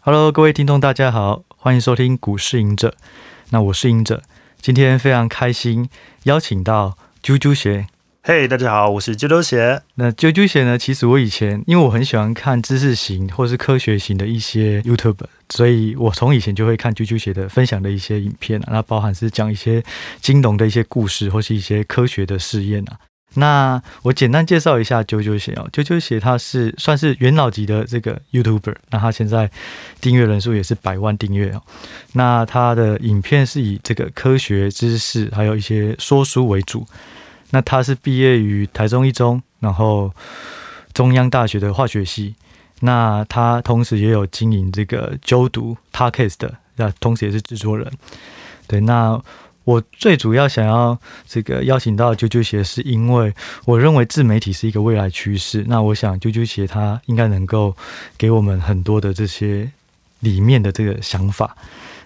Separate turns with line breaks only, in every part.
Hello，各位听众，大家好，欢迎收听《股市赢者》。那我是赢者，今天非常开心，邀请到啾啾鞋。
嘿、大家好，我是啾啾鞋。
那啾啾鞋呢？其实我以前因为我很喜欢看知识型或是科学型的一些 YouTube，所以我从以前就会看啾啾鞋的分享的一些影片啊，那包含是讲一些金融的一些故事或是一些科学的试验啊。那我简单介绍一下啾啾鞋哦，啾啾鞋它是算是元老级的这个 YouTuber，那他现在订阅人数也是百万订阅哦。那他的影片是以这个科学知识还有一些说书为主，那他是毕业于台中一中，然后中央大学的化学系。那他同时也有经营这个纠读 Podcast 的，那同时也是制作人。对，那我最主要想要这个邀请到啾啾鞋，是因为我认为自媒体是一个未来趋势。那我想啾啾鞋它应该能够给我们很多的这些里面的这个想法。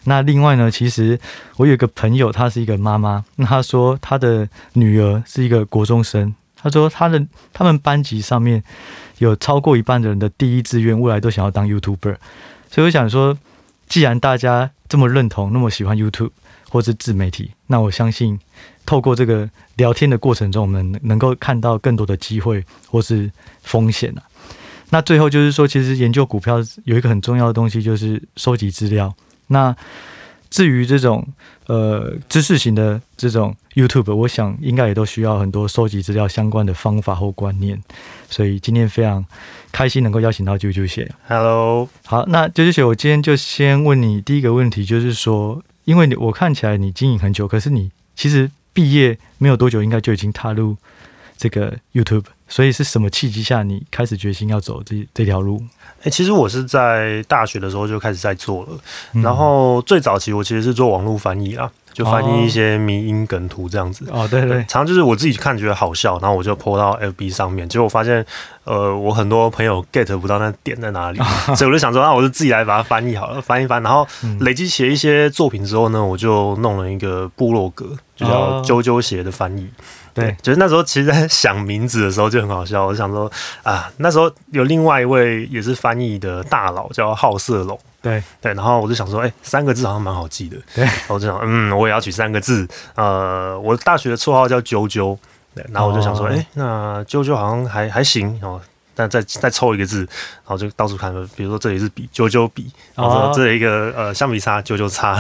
那另外呢，其实我有一个朋友，她是一个妈妈，那她说她的女儿是一个国中生，她说她的他们班级上面有超过一半的人的第一志愿未来都想要当 YouTuber，所以我想说，既然大家这么认同，那么喜欢 YouTube 或是自媒体，那我相信透过这个聊天的过程中，我们能能够看到更多的机会或是风险啊。那最后就是说，其实研究股票有一个很重要的东西，就是收集资料。那至于这种呃知识型的这种 YouTube，我想应该也都需要很多收集资料相关的方法或观念。所以今天非常开心能够邀请到啾啾姐。
Hello，
好，那啾啾姐，我今天就先问你第一个问题，就是说，因为你我看起来你经营很久，可是你其实毕业没有多久，应该就已经踏入这个 YouTube，所以是什么契机下你开始决心要走这这条路？
哎、其实我是在大学的时候就开始在做了，
嗯
然后最早期我其实是做网络翻译啦，就翻译一些迷音梗图这样子。
哦，对 对，
常常就是我自己看觉得好笑，然后我就 po 到 FB 上面，结果我发现，呃，我很多朋友 get 不到那点在 哪里，所以我就想说，那啊我就自己来把它翻译好了，翻一翻。然后
嗯
累积写一些作品之后呢，我就弄了一个部落格，就叫
哦
啾啾鞋的翻译。
对，
就是那时候其实在想名字的时候就很好笑，我就想说啊，那时候有另外一位也是翻译的大佬叫好色龙。
对
对，然后我就想说，哎、三个字好像蛮好记的，
对
然后我就想，嗯，我也要取三个字。呃，我大学的绰号叫啾啾，对，然后我就想说，
哦
哎、那啾啾好像还还行哦，那再再凑一个字，然后就到处看，比如说这里是笔，啾啾笔，然后
哦
这里一个呃橡皮擦，啾 啾擦，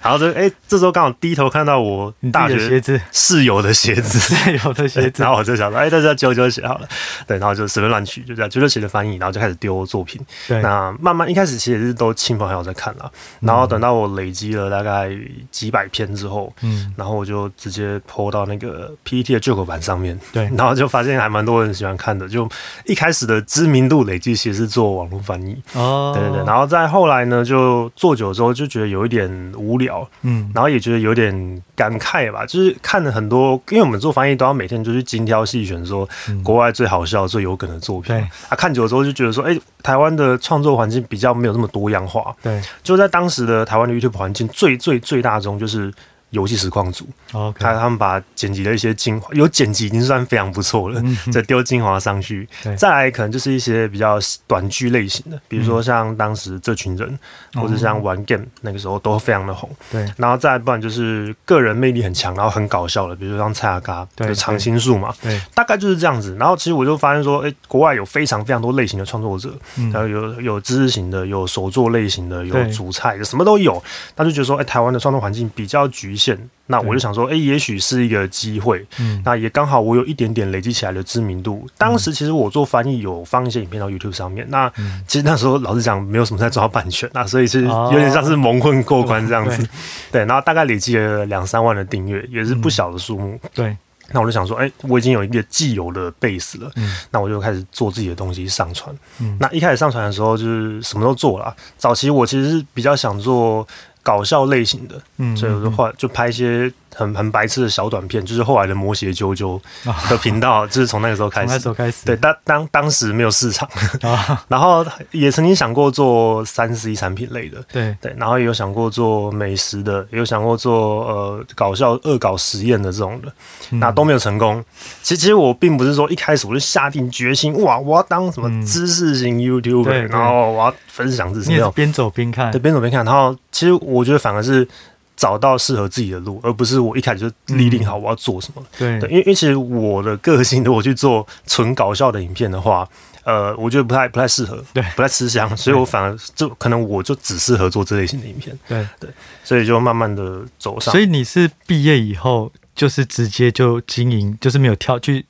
然后就哎、这时候刚好低头看到我
你自
大
己的鞋
学
子，
室友的鞋子，
有的鞋子
然，后我就想说，哎、这叫啾啾鞋好了，对，然后就随便乱取，就这样啾啾鞋的翻译，然后就开始丢作品。
对，嗯
那慢慢一开始其实也是都亲朋好友在看啦，然后等到我累积了大概几百篇之后，
嗯，
然后我就直接 PO 到那个 PPT 的旧口版上面，
对
然后就发现还蛮多人喜欢看的。就一开始的知名度累积其实是做网络翻译，
哦，
对对对，然后再后来呢，就做久之后就觉得有一点无聊，
嗯，
然后也觉得有点感慨吧，就是看了很多，因为我们做翻译都要每天就去精挑细选，说
嗯
国外最好笑、最有梗的作品
对
啊。看久了之后就觉得说，哎、台湾的创作环境比较没有那么多样化。
对
就在当时的台湾的 YouTube 环境最最最大宗就是游戏实况组，
，OK，
他他们把剪辑的一些精华，有剪辑已经算非常不错了，
嗯
再丢精华上去
对。
再来可能就是一些比较短剧类型的，比如
嗯
说像当时这群人，或
哦
者像玩 game 那个时候都非常的红。
对
然后再来不然就是个人魅力很强，然后很搞笑的，比如说像蔡阿嘎，
对
就常青树嘛，
对，
大概就是这样子。然后其实我就发现说，哎、国外有非常非常多类型的创作者，
嗯
然后有有知识型的，有手作类型的，有
对
主菜的，什么都有。那就觉得说，哎、台湾的创作环境比较局限，那我
对
就想说，哎、也许是一个机会。
嗯，
那也刚好，我有一点点累积起来的知名度。当时其实我做翻译有放一些影片到 YouTube 上面。那
嗯
其实那时候老实讲，没有什么在抓版权啊，所以是
哦
有点像是蒙混过关这样子。
对
对，然后大概累积了两三万的订阅，也是不小的数目。
对，
那我就想说，哎、我已经有一个既有的 base 了，
嗯
那我就开始做自己的东西上传。
嗯，
那一开始上传的时候，就是什么都做了啊。早期我其实是比较想做搞笑类型的，
嗯
所以我就画就拍一些很很白痴的小短片，就是后来的魔鞋啾啾的频 道，就是从那个时候开
从那
始
时。候开始，
对，当当当时没有市场，
啊，
然后也曾经想过做三 C 产品类的，
对，
对，然后也有想过做美食的，也有想过做呃搞笑恶搞实验的这种的，
嗯
那都没有成功。其实，其实我并不是说一开始我就下定决心，哇，我要当什
嗯
么知识型
对
YouTuber，
对
然后我要分享知识
你也
那
是
种。
边走边看
对，，边走边看。然后，其实我觉得反而是找到适合自己的路，而不是我一开始就立
嗯
定好我要做什么。
对
对，因为因为其实我的个性，如果去做纯搞笑的影片的话，呃，我觉得不太不太适合，
对
不太吃香，所以我反而就可能我就只适合做这类型的影片，
对，
所以就慢慢的走上。
所以你是毕业以后就是直接就经营，就是没有跳去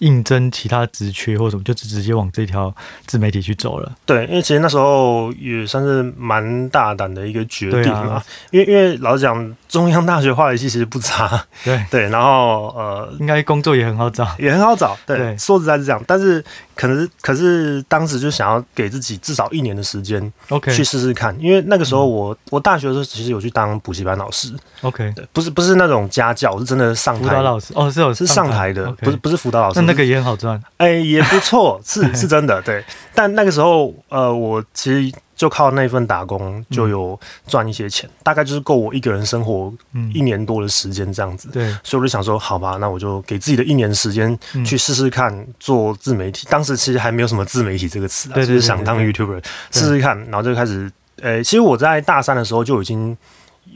应征其他职缺或什么，就直直接往这条自媒体去走了。
对，因为其实那时候也算是蛮大胆的一个决
对
定
啊
嘛，因为因为老实讲，中央大学化学系其实不差，
对，
对，然后呃
应该工作也很好找。
也很好找，对，
对
说实在是这样，但是可能是可是当时就想要给自己至少一年的时间
OK
去试试看，因为那个时
嗯
候我、我大学的时候其实有去当补习班老师，
OK，
对，不是不是那种家教，是真的上
辅导
台。
老师哦，是有
是上台的，不是不是辅导老师，
那那个也很好赚。
哎、也不错， 是是真的，对。但那个时候，呃，我其实就靠那份打
嗯
工就有赚一些钱，大概就是够我一个人生活
嗯，
一年多的时间这样子。
对，
所以我就想说，好吧，那我就给自己的一年时间
嗯
去试试看做自媒体。当时其实还没有什么自媒体这个词啊，
对对
就是想当
对
YouTuber 试试看，然后就开始。呃，其实我在大三的时候就已经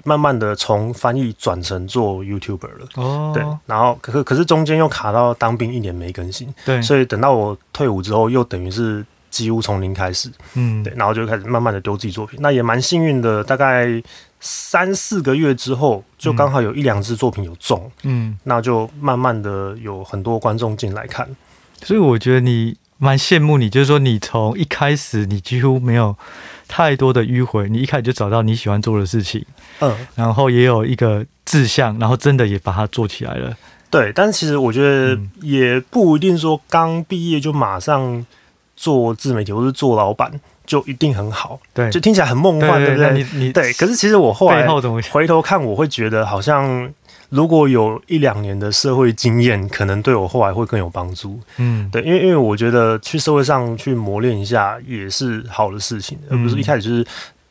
慢慢的从翻译转成做 YouTuber 了。对
哦，，
然后可可可是中间又卡到当兵一年没更新，
对，
所以等到我退伍之后，又等于是几乎从零开始，
嗯，
对，然后就开始慢慢的丢自己作品。那也蛮幸运的，大概三四个月之后，就刚好有一两支作品有中，
嗯，
那就慢慢的有很多观众进来看。
所以我觉得你蛮羡慕你，就是说你从一开始你几乎没有太多的迂回，你一开始就找到你喜欢做的事情，
嗯，
然后也有一个志向，然后真的也把它做起来了。
对，但其实我觉得
嗯
也不一定说刚毕业就马上做自媒体或是做老板就一定很好，
对，
就听起来很梦
对
幻，
对
不对？
那你你
对，可是其实我后来
背后怎么想？
回头看，我会觉得好像如果有一两年的社会经验，可能对我后来会更有帮助。
嗯，
对，因为因为我觉得去社会上去磨练一下也是好的事情，而
嗯
不是一开始就是。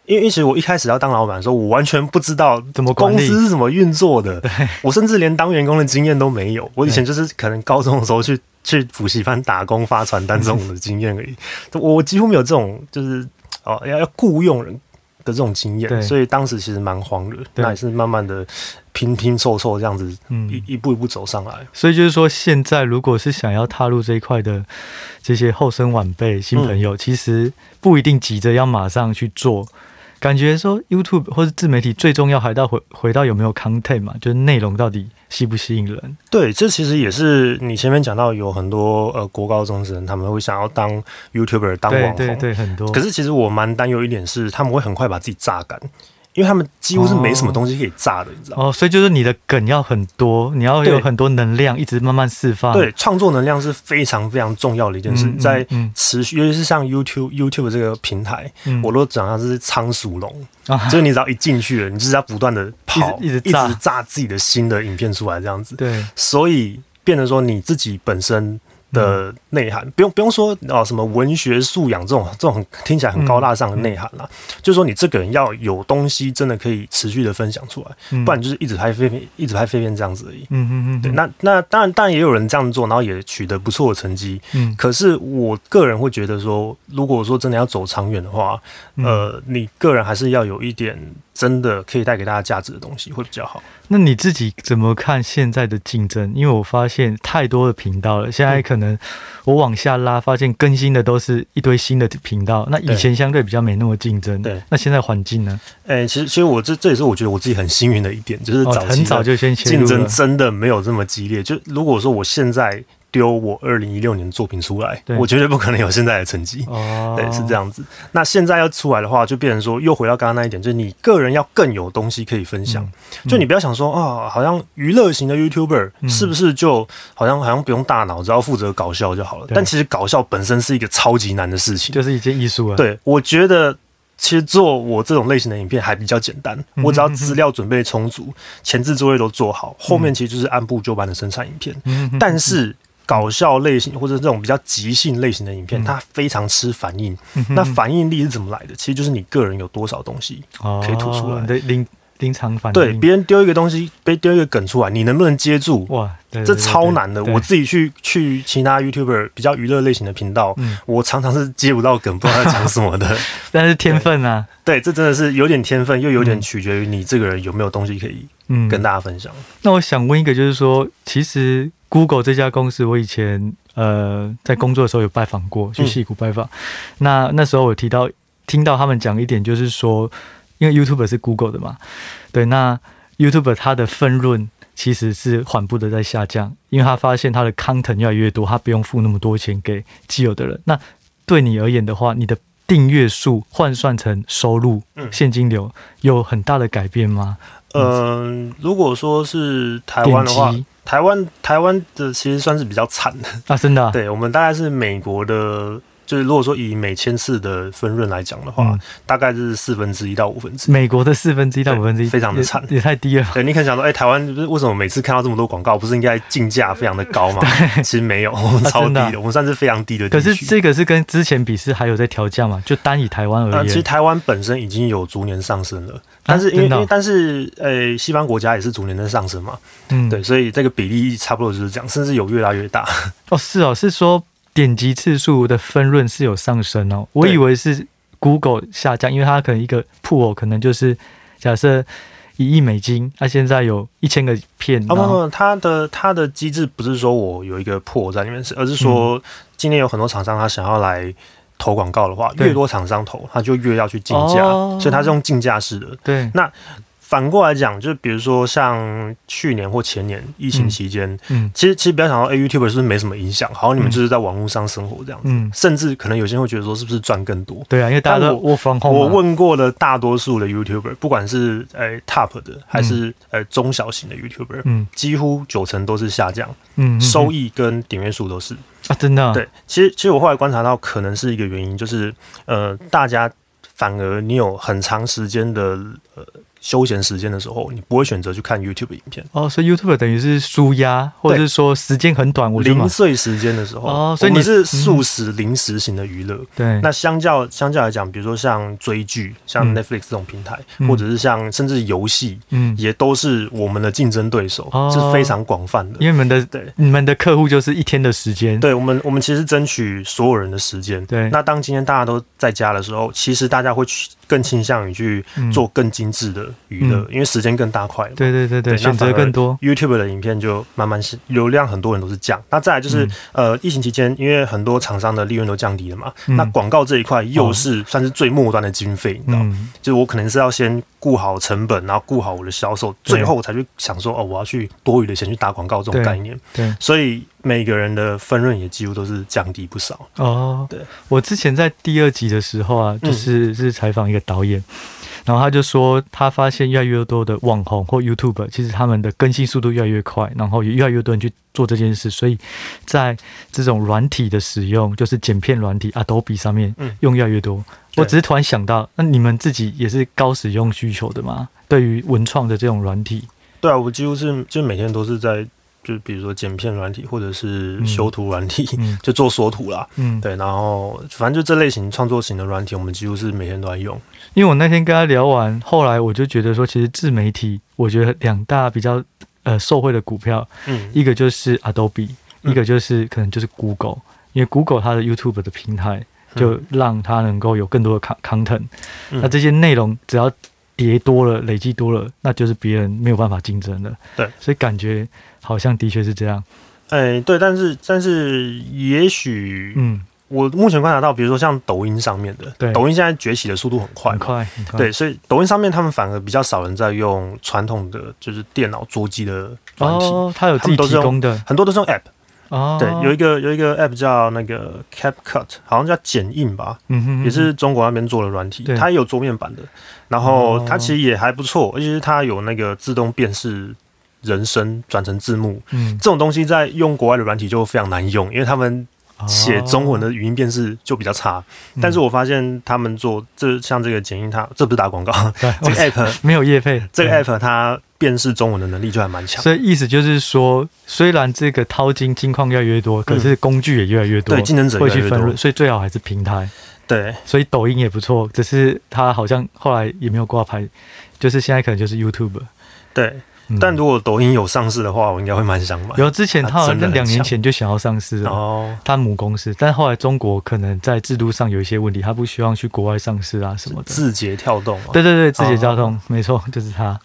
因为其实我一开始要当老板的时候，我完全不知道
怎么管理
公司是怎么运作的，我甚至连当员工的经验都没有。我以前就是可能高中的时候去去补习班打工发传单这种的经验而已，我几乎没有这种就是哦要要雇佣人的这种经
对
验，所以当时其实蛮慌的。
对
那也是慢慢的拼拼凑凑这样子，
嗯
一一步一步走上来。
所以就是说，现在如果是想要踏入这一块的这些后生晚辈、新朋
嗯
友，其实不一定急着要马上去做。感觉说 YouTube 或是自媒体最重要还到回回到有没有 content 嘛，就是内容到底吸不吸引人。
对，这其实也是你前面讲到有很多呃国高中生他们会想要当 YouTuber 当
对
网红，
对对，很多。
可是其实我蛮担忧一点是他们会很快把自己榨干，因为他们几乎是没什么东西可以榨的，你知道吗？
哦，所以就是你的梗要很多，你要有
对
很多能量，一直慢慢释放。
对，创作能量是非常非常重要的一件
啊嗯，
事，
嗯
在
嗯
持续，尤其是像 YouTube YouTube 这个平台，
嗯
我都讲它是仓鼠笼，
啊
就是你只要一进去了，你就是要不断的跑，
一直一直炸
炸自己的新的影片出来，这样子，
对
所以变得说你自己本身。
嗯
的内涵，不用不用说哦，什么文学素养这种这种听起来很高大上的
嗯
内涵啦、就是说你这个人要有东西，真的可以持续的分享出来，
嗯
不然你就是一直拍废片，一直拍废片这样子而已。
嗯嗯嗯，
对，那那当然，当然也有人这样做，然后也取得不错的成绩。
嗯
可是我个人会觉得说，如果说真的要走长远的话，
嗯
呃，你个人还是要有一点真的可以带给大家价值的东西会比较好。
那你自己怎么看现在的竞争？因为我发现太多的频道了，现在
嗯
可能我往下拉，发现更新的都是一堆新的频道。那以前相对比较没那么竞争，
对
那现在环境呢？
哎、其实其实我这这也是我觉得我自己很幸运的一点，就是
哦，
早
很
期
早
的
就先切
竞
入
争
了，
真的没有这么激烈。就如果说我现在丢我二零一六年作品出来
对，
我绝对不可能有现在的成绩。
哦，
对，是这。样子。那现在要出来的话，就变成说，又回到刚刚那一点，就是你个人要更有东西可以分享。
嗯
就你不要想说啊，好像娱乐型的 YouTuber
嗯
是不是就好像好像不用大脑，只要负责搞笑就好了
对？
但其实搞笑本身是一个超级难的事情。
就是一件艺术啊。，
对，我觉得其实做我这种类型的影片还比较简
嗯
单，我只要资料准备充足，前置作业都做好，后面其实就是按部就班的生产影片。
嗯
但是搞笑类型或者这种比较即兴类型的影
嗯
片，它非常吃反应。那反应力是怎么来的？其实就是你个人有多少东西。
可
以吐出来
对，哦临临场反应，
对，别人丢一个东西，被丢一个梗出来，你能不能接住？
哇，对对
这
对
超难的。
对
我自己去去其他 YouTuber 比较娱乐类型的频道，
嗯
我常常是接不到梗，不知道他讲什 么的。
但是天分啊，
对，这真的是有点天分，又有点
嗯
取决于你这个人有没有东西可以
嗯，
跟大家分享。
那我想问一个，就是说，其实 Google 这家公司，我以前呃在工作的时候有拜访
嗯
过，去戏谷拜访。那那时候我提到听到他们讲一点，就是说，因为 YouTube 是 Google 的嘛，对，那 YouTube 它的分润。其实是缓步的在下降，因为他发现他的 content 越来越多，他不用付那么多钱给既有的人。那对你而言的话，你的订阅数换算成收入、
嗯
现金流有很大的改变吗？
嗯、如果说是台
点
湾的话，
击
台湾台湾的其实算是比较惨的。
啊，真的、啊，
对我们大概是美国的，就是如果说以每千次的分润来讲的话，
嗯
大概是四分之一到五分之一。
美国的四分之一到
对
五分之一，
非常的
也
惨
也太低了吧。
对，你可能想说，哎、台湾不是为什么每次看到这么多广告，不是应该竞价非常的 高吗？其实没有，我们超低
真的
的，
啊
我们算是非常低的地
可
区。
是这个是跟之前比是还有在调价嘛？就单以台湾而
呃，
言，
其实台湾本身已经有逐年上升了，但是因为、
真的哦
因为但是呃，西方国家也是逐年在上升嘛，
嗯，
对，所以这个比例差不多就是这样，甚至有越来越大。
哦，是哦，是说点击次数的分润是有上升哦，我
对
以为是 Google 下降，因为它可能一个铺哦，可能就是假设一亿美金，它、现在有一千个片，
啊不
然后
不，它的它的机制不是说我有一个破在里面，是而是
嗯
说今天有很多厂商他想要来投广告的话，
对
越多厂商投，他就越要去竞价，
哦
所以它是用竞价式的。
对，
反过来讲，就是比如说像去年或前年疫情期间，
嗯
其实其实不要想到，哎、y o u t u b e 是不是没什么影响？好像你们就是在网络上生活这样子，
嗯，
甚至可能有些人会觉得说，是不是赚更多？
对啊，因为大家
但
都 work from home，啊
我
嘛
问过的大多数的 YouTuber，不管是呃 Top 的还是、呃中小型的 YouTuber，、
嗯
几乎九成都是下降，
嗯，嗯
收
嗯
益跟点阅数都是。
啊，真的啊
对，其实其实我后来观察到，可能是一个原因，就是呃大家反而你有很长时间的呃休闲时间的时候，你不会选择去看 YouTube 影片。
哦，所以 YouTube 等于是舒压，或者
对
是说时间很短，我就马
零碎时间的时候，
哦所以
我们
你
是
嗯
素食零食型的娱乐。
对，
那相较相较来讲，比如说像追剧、像
嗯
Netflix 这种平台，
嗯
或者是像甚至游戏，
嗯，
也都是我们的竞争对手，
哦
是非常广泛的
因。为你们的
对
你们的客户就是一天的时间，
对，我们我们其实争取所有人的时间。
对
那当今天大家都在家的时候，其实大家会去更倾向于去
嗯
做更精致的娱乐，
嗯
因为时间更大块嘛。
对对对对，
对那
选择更多，
YouTube 的影片就慢慢是流量，很多人都是降。那再来就是、呃，疫情期间，因为很多厂商的利润都降低了嘛，
嗯哦
那广告这一块又是算是最末端的经费，你知道吗？
嗯，
就是我可能是要先顾好成本，然后顾好我的销售，
对
最后才去想说哦，我要去多余的钱去打广告这种
对
概念。
对
所以每个人的分润也几乎都是降低不少。
哦，
对，
我之前在第二集的时候啊，
嗯
就是、是采访一个导演，然后他就说他发现越来越多的网红或 YouTube，其实他们的更新速度越来越快，然后也越来越多人去做这件事，所以在这种软体的使用，就是剪片软体 Adobe 上面
嗯
用越来越多。
对
我只是突然想到，那你们自己也是高使用需求的嘛？对于文创的这种软体，
对啊，我几乎是就每天都是在就比如说剪片软体或者是
嗯
修图软体，
嗯
就做缩图啦。
嗯，
对，然后反正就这类型创作型的软体，我们几乎是每天都在用。
因为我那天跟他聊完，后来我就觉得说，其实自媒体，我觉得两大比较呃受惠的股票，
嗯，
一个就是 Adobe，
嗯
一个就是、可能就是 Google，因为 Google 它的 YouTube 的平台就让它能够有更多的 con- content，、
嗯
那这些内容只要叠多了、累积多了，那就是别人没有办法竞争的。
对，
所以感觉好像的确是这样。
哎，对，但是但是也许
嗯，
我目前观察到，比如说像抖音上面的，
对
抖音现在崛起的速度很快
很
嘛，
快，很快。
对，所以抖音上面他们反而比较少人在用传统的就是电脑桌机的软体，
哦，它有自己
他们都是
提
用
供的
很多都是用 App，
哦，
对，有一个有一个 app 叫那个 CapCut，好像叫剪映吧，
嗯哼
也是中国那边做的软体，
对
它也有桌面版的，然后
哦
它其实也还不错，而且是它有那个自动辨识人声转成字幕，
嗯
这种东西在用国外的软体就非常难用，因为他们写中
哦
文的语音辨识就比较差。
嗯
但是我发现他们做这像这个剪映它这不是 打广告，这个 app
没有业配，
这个
对
app 它辨识中文的能力就还蛮强，
所以意思就是说，虽然这个淘金金矿越来越多，可是工具也越来越多，
嗯对竞争者
会
越来
去
越
分
多
润，。所以最好还是平台。
对，
所以抖音也不错，只是它好像后来也没有挂牌，就是现在可能就是 YouTube 了。
对，
嗯
但如果抖音有上市的话，我应该会蛮想买。
有之前它好
它真的
像
很
两年
强
前就想要上市了。
哦，
它母公司，但后来中国可能在制度上有一些问题，它不希望去国外上市啊什么的。
字节跳动啊，
对对对，字节交
哦
通，没错，就是它。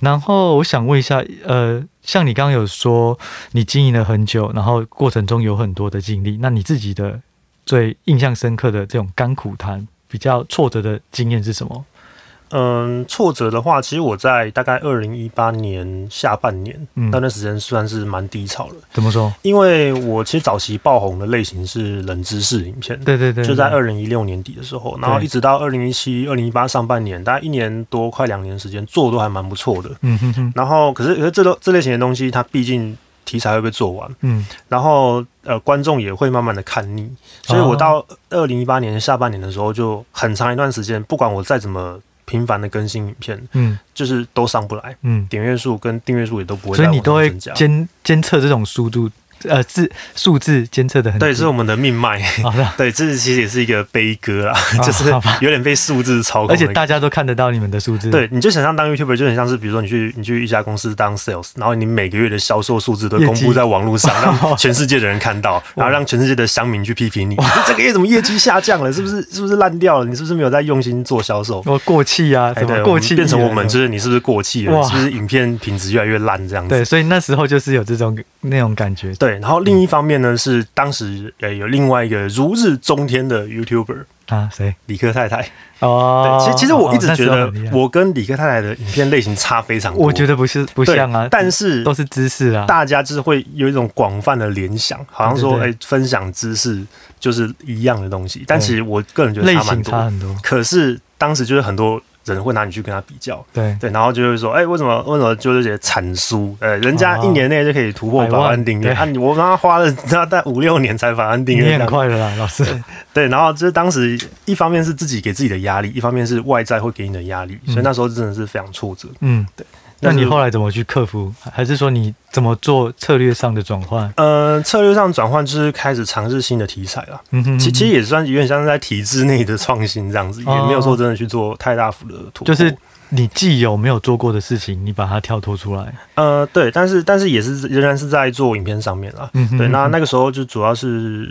然后我想问一下，呃，像你刚刚有说你经营了很久，然后过程中有很多的经历，那你自己的最印象深刻的这种甘苦谈，比较挫折的经验是什么？
嗯，挫折的话，其实我在大概二零一八年下半年、
嗯
那段时间算是蛮低潮的，
怎么说？
因为我其实早期爆红的类型是冷知识影片，
对对对，
就在
对
二零一六年底的时候，然后一直到二零一七、二零一八上半年，大概一年多快两年时间，做得都还蛮不错的。
嗯哼哼，
然后可是可是这都这类型的东西，它毕竟题材会被做完，
嗯，
然后呃观众也会慢慢的看腻，所以我
哦
到二零一八年下半年的时候，就很长一段时间，不管我再怎么频繁的更新影片，
嗯
就是都上不来，
嗯，
点阅数跟订阅数也都不会
所
再
以
往
你
上
都会
增加。
监监测这种速度，呃，字数字监测的很
对，
仔
这是我们的命脉。
细好的，
对，这其实也是一个悲歌啦， 就是
啊好吧
有点被数字操控的
而
感觉。
且大家都看得到你们的数字，
对，你就想象当 YouTuber 就很像是，比如说你去你去一家公司当 sales，然后你每个月的销售数字都公
业绩
布在网络 上，让全世界的人看到，然后让全世界的乡民去批评你，这个月怎么业绩下降了？是不是是不是烂掉了？你是不是没有在用心做销售？
我过气啊，
哎，
什
对，
么
我
过
们
气
变成
艺
我
人
们
什么
就是你是不是过气了？
哇
是不是影片品质越来越烂这样子
对，？所以那时候就是有这种那种感觉，
嗯对，然后另一方面呢是当时呃有另外一个如日中天的 YouTuber
啊，谁？
李克太太，
哦，
对，其实其实我一直
哦那
觉
时候
得
很厉害
我跟李克太太的影片类型差非常多，
我觉得不是不
对
像啊，
但是
都是知识啊，
大家就是会有一种广泛的联想，好像说，
对
哎、
对
分享知识就是一样的东西，但其实我个人觉得
类
差蛮
型差
多。
很多，
可是当时就是很多人会拿你去跟他比较，
对，
对，然后就会说，哎、为什么为什么就是些产书，呃，人家
哦
一年内就可以突破
百
百
万
万订阅，
对
啊，你我刚刚花了大概五六年才百万订
你
阅
也
这
很
样，
快了啦，老师，
对，然后就是当时一方面是自己给自己的压力，一方面是外在会给你的压力，所以
嗯
那时候真的是非常挫折。
嗯，那
但
你
是
后来怎么去克服？还是说你怎么做策略上的转换？
呃，策略上转换就是开始尝试新的题材了。
嗯哼，
其其实
实
也算有点像是在体制内的创新这样子，
哦
也没有说真的去做太大幅的突破。
就是你既有没有做过的事情，你把它跳脱出来，
呃，对，但是但是也是仍然是在做影片上面啦。
嗯哼，
对，那
嗯
那个时候就主要是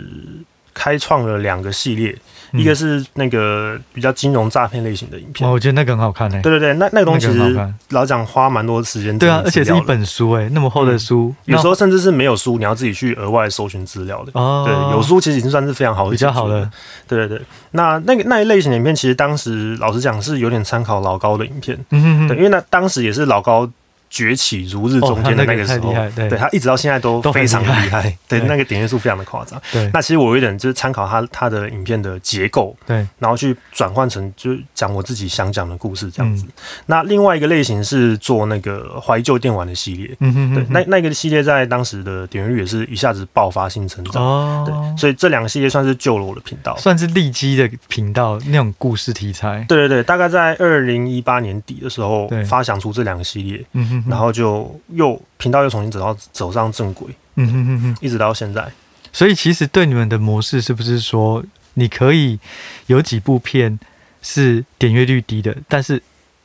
开创了两个系列，
嗯
一个是那个比较金融诈骗类型的影片
哦哇，。我觉得那个很好看诶，欸
对对对，那那个东西
那
其
个很好
实
看，
老蒋花蛮多时间
对啊，
整理
而且
资
是
料
一
的，
本书诶，那么厚的书，
嗯有时
那
候甚至是没有书，你要自己去额外搜寻资料的。
哦，
对，有书其实已经算是非常好的
比较
解决
好
了
的。
对对对，那那个那一类型的影片，其实当时老实讲是有点参考老高的影片，
嗯哼哼，
对，因为那当时也是老高崛起如日中天的那个时候，
哦他那个太厉害对
对他一直到现在都
都很
非常
厉害
厉害，对，
对
那个点阅数非常的夸张。
对
那其实我有一点就是参考他他的影片的结构，
对，
然后去转换成就是讲我自己想讲的故事这样子。
嗯
那另外一个类型是做那个怀旧电玩的系列，
嗯哼
对
哼，，
那那个系列在当时的点阅率也是一下子爆发性成长。
哦
对，，所以这两个系列算是救了我的频道。
算是利基的频道那种故事题材。
对对对，大概在二零一八年底的时候
对
发想出这两个系列，
嗯哼哼
然后就又频道又重新走到走上正轨，
嗯哼哼哼，
一直到现在。
所以其实对你们的模式是不是说，你可以有几部片是点阅率低的，但是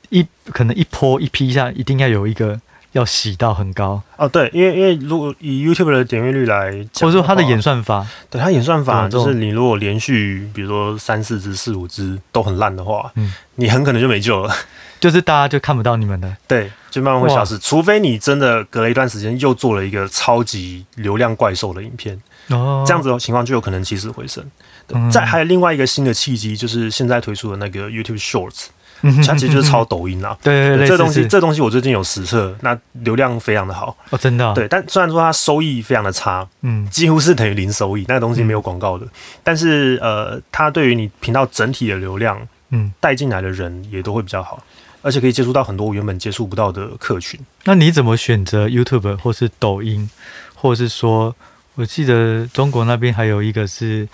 一可能一波一批下，一定要有一个要洗到很高，
哦，对，因为因为如果以 YouTube 的点阅率来
或
讲
者
话，
说它的演算法，
对它演算法，
对啊
就
这
是
种
你如果连续比如说三四只、四五只都很烂的话，
嗯
你很可能就没救了。
就是大家就看不到你们的。
对，就慢慢会消失，除非你真的隔了一段时间又做了一个超级流量怪兽的影片，
哦，
这样子的情况就有可能起死回生。对
嗯
再还有另外一个新的契机，就是现在推出的那个 YouTube Shorts，
嗯哼哼哼哼，
它其实就是抄抖音啦。
对对对，
这
类似
东西
是
这东西我最近有实测，那流量非常的好。
哦真的、，
对，但虽然说它收益非常的差，
嗯
几乎是等于零收益，那个东西没有广告的，但是呃，它对于你频道整体的流量
嗯，
带进来的人也都会比较好，而且可以接触到很多我原本接触不到的客群。
那你怎么选择 YouTube 或是抖音，或是说我记得中国那边还有一个是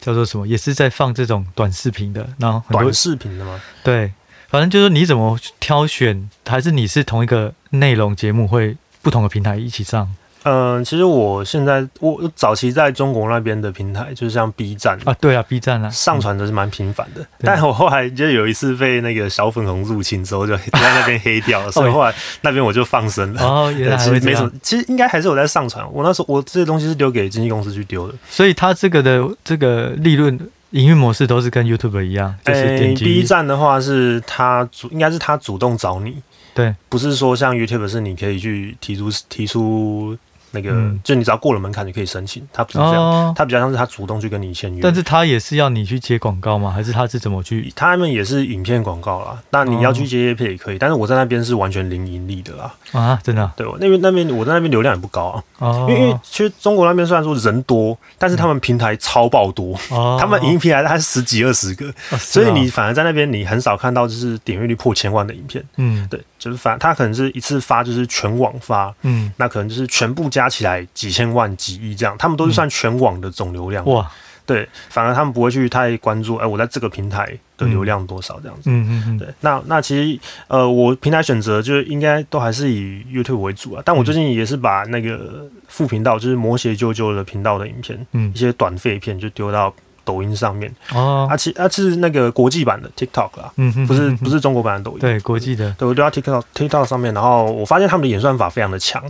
叫做什么，也是在放这种短视频的，然后很多
短视频的吗？
对，反正就是你怎么挑选，还是你是同一个内容节目会不同的平台一起上
嗯、其实我现在我早期在中国那边的平台，就是像 B 站
啊？嗯对啊，B 站啊，
上传的是蛮频繁的，但我后来就有一次被那个小粉红入侵之后，就 就在那边黑掉了，所以后来那边我就放生 了。
哦，原
对，
来还
其
会
实
这
没什
样
么。，其实应该还是有在上传。我那时候我这些东西是留给经纪公司去丢的，
所以它这个的这个利润营运模式都是跟 YouTube 一样，就是点击、
B 哎站的话是他主，应该是他主动找你，
对，
不是说像 YouTube 是你可以去提出提出那个，
嗯
就你只要过了门槛就可以申请，他不是这样，
哦。
他比较像是他主动去跟你签约。
但是它也是要你去接广告吗？还是它是怎么去？
他们也是影片广告啦，那你要
哦
去接业配也可以，但是我在那边是完全零盈利的啦。
啊，真的啊、
对我那边那边我在那边流量也不高啊，
哦，
因为因为其实中国那边虽然说人多，但是他们平台超爆多，
哦
他们一个平台大概十几二十个，
哦
所
是
以
啊
你反而在那边你很少看到就是点阅率破千万的影片。
嗯
对，就是反他可能是一次发就是全网发，
嗯，
那可能就是全部加起来几千万几亿这样，他们都是算全网的总流量。
嗯哇，
对，反而他们不会去太关注，哎、我在这个平台的流量多少这样子。
嗯嗯嗯，
对，那那其实呃，我平台选择就是应该都还是以 YouTube 为主啊，但我
嗯
最近也是把那个副频道，就是魔鞋舅舅的频道的影片，
嗯
一些短废片就丢到抖音上面。
哦，
啊，其啊是那个国际版的 TikTok 啦，
嗯哼，
不是不
是，
是中国版的抖音。
对国际的，
对，我丢到 TikTok TikTok 上面，然后我发现他们的演算法非常的强，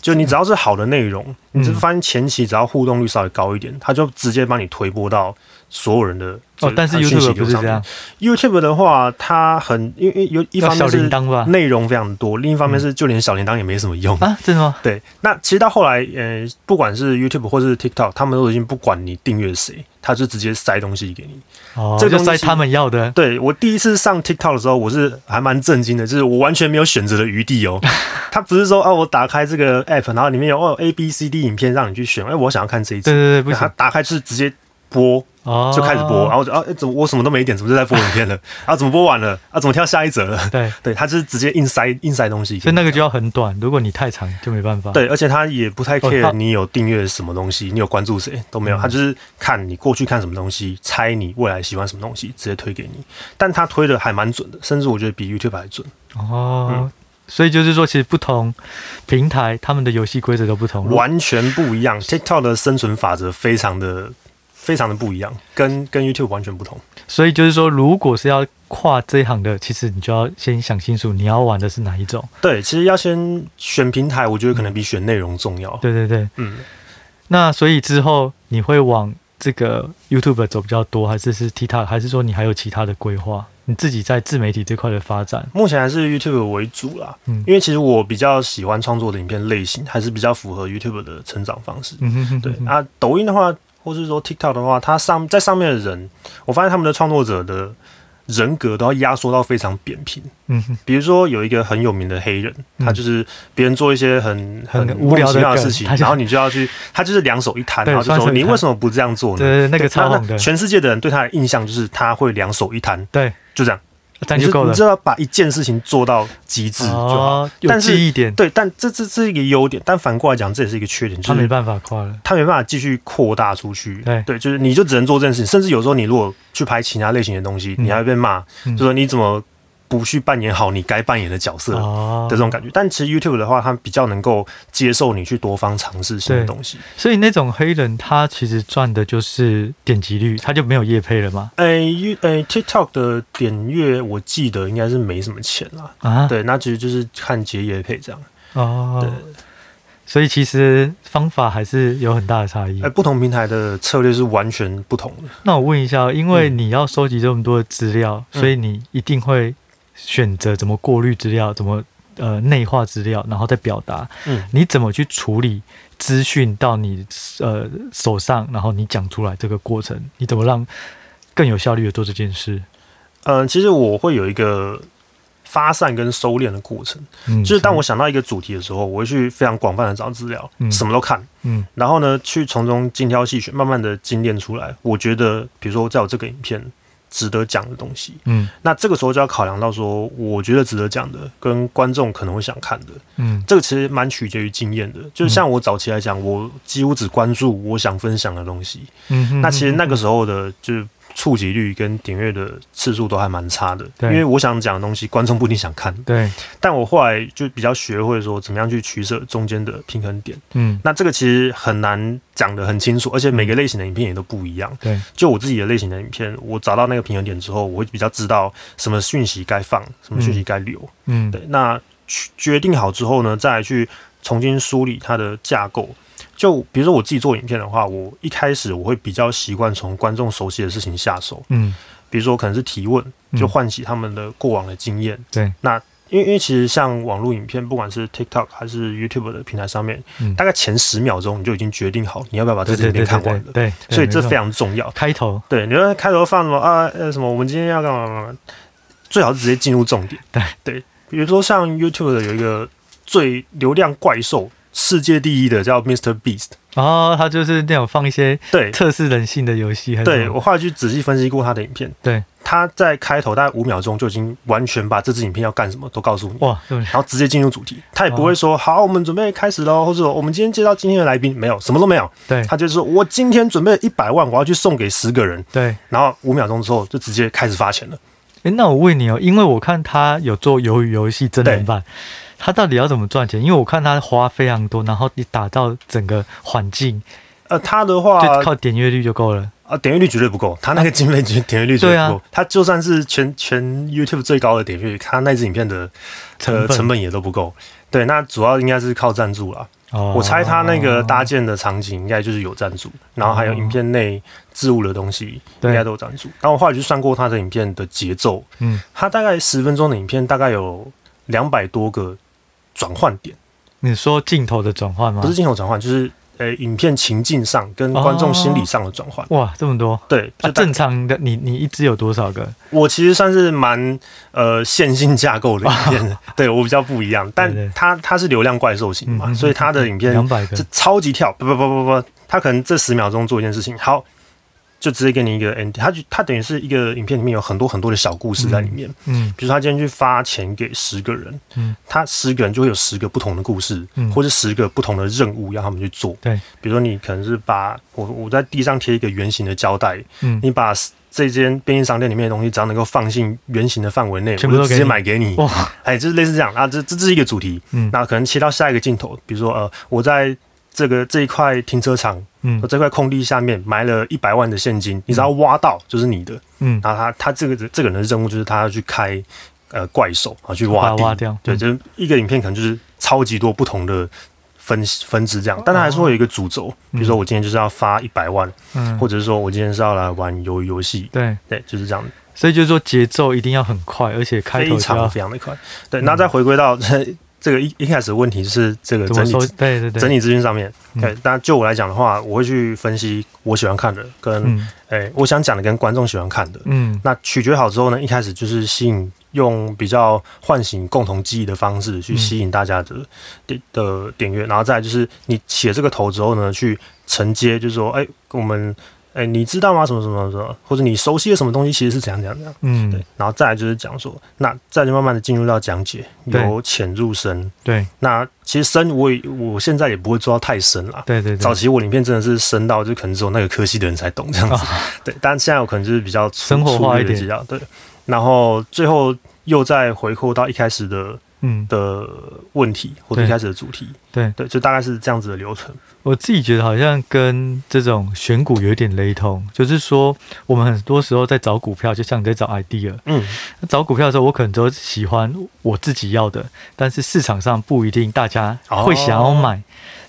就你只要是好的内容，你
嗯
只是发现前期只要互动率稍微高一点，它就直接帮你推播到所有人的呃
哦，但是 YouTube 不是这样。，
YouTube 的话，它很因为有一
要
方
小
面
铃
是嗯
铛吧？嗯
内容非常多，另一方面是就连小铃铛也没什么用。
啊，真的吗？
对，那其实到后来，呃，不管是 YouTube 或是 TikTok，他们都已经不管你订阅谁，他就直接塞东西给你。
哦，
这个
就
东西
塞他们要的，
对我第一次上 TikTok 的时候，我是还蛮震惊的，就是我完全没有选择的余 地哦。他不是说啊，我打开这个 app，然后里面有哦 A B C D 影片让你去选，哎、我想要看这一
对
集，
对对，不
他
行，
打开就是直接播，
哦，
就开始播，然后我就啊，哎怎么我什么都没点，怎么就在播影片了？啊，怎么播完了？啊，怎么跳下一则了？
对，
对，他就是直接硬塞硬塞东西给你，
所以那个就要很短，如果你太长就没办法。，
对，而且他也不太
啊哦他
care 你有订阅什么东西，你有关注谁都没有，
嗯
他就是看你过去看什么东西，猜你未来喜欢什么东西，直接推给你。但他推的还蛮准的，甚至我觉得比 YouTube 还准。
哦，所以就是说，其实不同平台他们的游戏规则都不同。
完全不一样。TikTok 的生存法则非常的非常的不一样，跟跟 YouTube 完全不同。
所以就是说，如果是要跨这一行的，其实你就要先想清楚你要玩的是哪一种。
对，其实要先选平台，我觉得可能比选内容重要。
对对对，
嗯，
那所以之后你会往这个 YouTube 走比较多，还是是 TikTok，还是说你还有其他的规划？你自己在自媒体这块的发展？
目前还是 YouTube 为主啦，
嗯
因为其实我比较喜欢创作的影片类型，还是比较符合 YouTube 的成长方式。
嗯哼哼，
对啊，抖音的话，或是说 TikTok 的话，它上在上面的人，我发现他们的创作者的人格都要压缩到非常扁平。
嗯哼，
比如说有一个很有名的黑人，
嗯
他就是别人做一些很
很无
无
聊
聊
的
的
梗
事情
他，就
然后你就要去，他就是两手一摊，
对
然后就
双手
说
一
你
摊
为什么不这样做
对
呢？
对，对那个
那
超红
那
的，
全世界的人对他的印象就是他会两手一摊，
对，
就这样，
这样
你
就够
就
了
你就。要把一件事情做到极致就好。
哦，有
但是
记忆点，
对，但这这这是一个优点，但反过来讲，这也是一个缺点，
他
就
没
是
办法跨了。
他没办法继续扩大出去。
对
就是你就只能做这件事情，甚至有时候你如果去拍其他类型的东西，
嗯
你还会被骂，
嗯
就说你怎么不去扮演好你该扮演的角色的
哦，
这种感觉。但其实 YouTube 的话，它比较能够接受你去多方尝试新的东西。
所以那种黑人他其实赚的就是点击率，他就没有业配了嘛？
哎，You 哎 TikTok 的点阅，我记得应该是没什么钱啦。
啊，
对，那其实就是看结业配这样。
哦，
对，
所以其实方法还是有很大的差异
哎，。不同平台的策略是完全不同的。
那我问一下，哦因为你要收集这么多的资料，
嗯
所以你一定会选择怎么过滤资料，怎么呃内化资料，然后再表达。
嗯，
你怎么去处理资讯到你呃手上，然后你讲出来这个过程，你怎么让更有效率的做这件事？
嗯，其实我会有一个发散跟收敛的过程。
嗯，
就是当我想到一个主题的时候，我会去非常广泛的找资料，
嗯
什么都看，
嗯
然后呢，去从中精挑细选，慢慢的精炼出来。我觉得，比如说，在我这个影片值得讲的东西。
嗯
那这个时候就要考量到说，我觉得值得讲的，跟观众可能会想看的，
嗯
这个其实蛮取决于经验的。就像我早期来讲，我几乎只关注我想分享的东西。
嗯哼，
那其实那个时候的，就是触及率跟点阅的次数都还蛮差的，因
对
为我想讲的东西，观众不一定想看。
对，
但我后来就比较学会说，怎么样去取舍中间的平衡点。
嗯
那这个其实很难讲得很清楚，而且每个类型的影片也都不一样。
对，
就我自己的类型的影片，我找到那个平衡点之后，我会比较知道什么讯息该放，什么讯息该留。
嗯
对，那去决定好之后呢，再来去重新梳理它的架构。就比如说我自己做影片的话，我一开始我会比较习惯从观众熟悉的事情下手，
嗯
比如说可能是提问，就
嗯
唤起他们的过往的经验。
对，
那因为因为其实像网络影片，不管是 TikTok 还是 YouTube 的平台上面，
嗯
大概前十秒钟你就已经决定好你要不要把这
对
支影
对
片
对
看
对
完
对
了，
对，对
所以这
没错
非常重要。
开头，
对，你说开头放什么啊？呃，什么？我们今天要干嘛干嘛干嘛？最好是直接进入重点。
对
对，比如说像 YouTube 的有一个最流量怪兽，世界第一的叫 Mr Beast。
然后哦他就是那种放一些
对
测试人性的游戏，还是
对，
什么
我后来去仔细分析过他的影片，
对，
他在开头大概五秒钟就已经完全把这支影片要干什么都告诉你。
哇，对
然后直接进入主题，他也不会说、好，我们准备开始喽，或者我们今天接到今天的来宾，没有，什么都没有，
对
他就是说我今天准备一百万，我要去送给十个人，
对。
然后五秒钟之后就直接开始发钱了。
哎，那我问你哦，因为我看他有做鱿鱼游戏真人版，他到底要怎么赚钱？因为我看他花非常多，然后你打造整个环境，
呃，他的话
就靠点阅率就够了。
啊，点阅率绝对不够，他那个经费绝点阅率绝
对
对
啊
不够。他就算是全全 YouTube 最高的点阅率，他那支影片的
成
呃
本
成本也都不够。对，那主要应该是靠赞助啦。
哦
我猜他那个搭建的场景应该就是有赞助，然后还有影片内置物的东西应
对
该都有赞助。然后我后来去算过他的影片的节奏，
嗯，
他大概十分钟的影片大概有两百多个转换点，
你说镜头的转换吗？
不是镜头转换，就是呃影片情境上跟观众心理上的转换。
哇，这么多。
对，
啊、
就大
正常的你你一支有多少个？
我其实算是蛮呃线性架构的影 片，对我比较不一样，但
对对
它它是流量怪兽型嘛，
嗯嗯嗯
所以它的影片
两百个
是。超级跳，不不不不不，它可能这十秒钟做一件事情，好，就直接给你一个 end，它就它等于是一个影片里面有很多很多的小故事在里面，
嗯
比如说他今天去发钱给十个人，
嗯
他十个人就会有十个不同的故事，
嗯
或者十个不同的任务要他们去做，
对，
比如说你可能是把我我在地上贴一个圆形的胶带，
嗯，
你把这间便利商店里面的东西，只要能够放进圆形的范围内，我
全部都
就直接
给你
买给你。
哇，
哎，就是类似这样啊，这这这是一个主题。
嗯
那可能切到下一个镜头，比如说呃，我在这个这一块停车场，
嗯
我这块空地下面埋了一百万的现金，你只要挖到就是你的。
嗯，
然后他他这个这个人的任务就是他要去开呃怪兽啊，去
把
挖地。
它挖掉
对，
嗯
就是一个影片可能就是超级多不同的。分分支这样，但它还是会有一个主轴，比如说我今天就是要发一百万，
嗯
或者是说我今天是要来玩游游戏，
对，
对，就是这样，
所以就是说节奏一定要很快，而且开
非
头就
常
要
非常的快。对，那再回归到 这个一一开始的问题是这个
怎
整
么
理
说？对对对，
整理资讯上面。
嗯
对，那就我来讲的话，我会去分析我喜欢看的跟
嗯
哎我想讲的跟观众喜欢看的。
嗯
那取决好之后呢，一开始就是吸引用比较唤醒共同记忆的方式去
嗯
吸引大家的点的点阅，然后再来就是你起了这个头之后呢，去承接，就是说，哎，我们。哎，你知道吗？什么什么什么，或者你熟悉的什么东西，其实是怎样怎样怎样。
嗯
对，然后再来就是讲说，那再就慢慢的进入到讲解，
对
由浅入深。
对
那其实深我也我现在也不会做到太深啦。
对对
早
对，
期我影片真的是深到就可能只有那个科系的人才懂这样子，对。但现在我可能就是比较粗
啊生活化一点
粗略的介绍对。然后最后又再回扣到一开始的
嗯，
的问题或者
对
一开始的主题，
对
对，就大概是这样子的流程。
我自己觉得好像跟这种选股有一点雷同，就是说我们很多时候在找股票，就像你在找 idea，
嗯，
那找股票的时候，我可能都喜欢我自己要的，但是市场上不一定大家
哦
会想要买，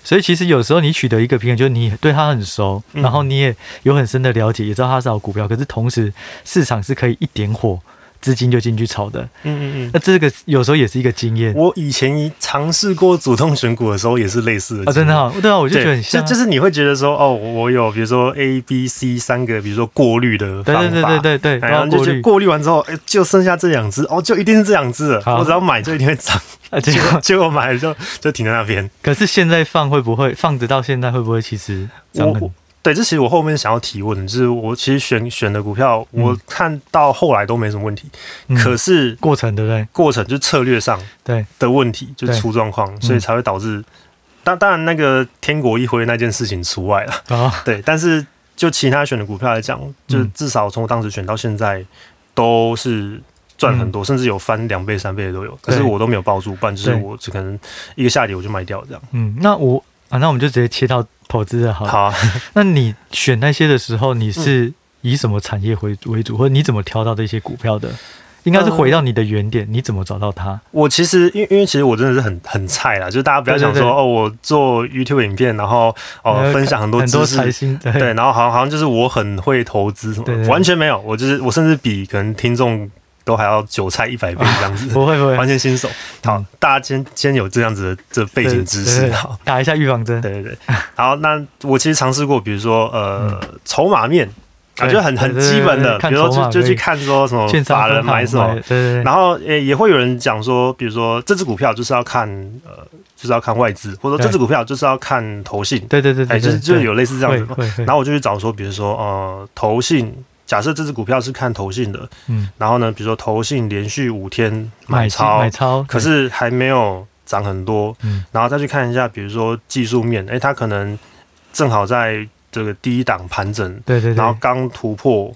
所以其实有时候你取得一个平衡，就是你对它很熟，
嗯
然后你也有很深的了解，也知道它是好股票，可是同时市场是可以一点火，资金就进去炒的，
嗯嗯嗯。
那这个有时候也是一个经验
我以前尝试过主动选股的时候也是类似的
啊，真的
经验
哦，对啊，我就觉得
对，
很像啊，
就是你会觉得说，哦，我有比如说 A、B、C 三个，比如说过滤的
对
方法，
对对对对对，
然
包
后哎就
括
就
率
过滤完之后，哎，就剩下这两只，哦，就一定是这两只了，
好
我只要买就一定会 涨，
啊，
结
结
果
果
结果买了就就停在那边。
可是现在放会不会放着到现在会不会其实
我
涨很
我对，这其实我后面想要提问的，就是我其实选选的股票，
嗯
我看到后来都没什么问题，
嗯
可是
过程对不对？
过程就策略上
对，
的问题就
对
出状况，所以才会导致。当当然，那个天国一辉那件事情除外了，
啊、
对。但是就其他选的股票来讲，就是
嗯
至少从我当时选到现在都是赚很多，甚至有翻两倍、三倍的都有。可是
嗯对
我都没有抱住，不然就是
对
我只可能一个下跌我就卖掉这样。
嗯，那我啊，那我们就直接切到投资了好了。
好嗯啊，
那你选那些的时候，你是以什么产业为为主，或者你怎么挑到这些股票的？应该是回到你的原点，你怎么找到它？
我其实因为因为其实我真的是很很菜啦，就是大家不要想说
对对对
哦，我做 YouTube 影片，然后哦
呃
分享很多
很
知
多
识
财，经对
对，然后好像好像就是我很会投资什么的，
对对对
完全没有，我就是我甚至比可能听众都还要韭菜一百倍这样子，
不会不
完
会，
全新手。好，
嗯
大家先先有这样子的这背景知
对对
识，
对
好。
打一下预防针。
对对对，好，那我其实尝试过，比如说呃，筹码面，啊，
嗯对
就很很
对对
基本的，
对对对看
比如
筹
说
码
就就
可以
去看说什么
券商
法人
分行
买什么
对，对对，
然后也也会有人讲说，比如说这只股票就是要看呃，就是要看外资，或者说
对
这只股票就是要看投信，
对对对
哎，
对，
就是
对
就是有类似这样
会
子嘛。
会会，
然后我就去找说，比如说呃，投信，假设这只股票是看投信的，
嗯，
然后呢，比如说投信连续五天买
买
超，
买超，
可是还没有涨很多，
嗯
然后再去看一下，比如说技术面，哎，它可能正好在这个第一档盘整，
对对对，
然后刚突破，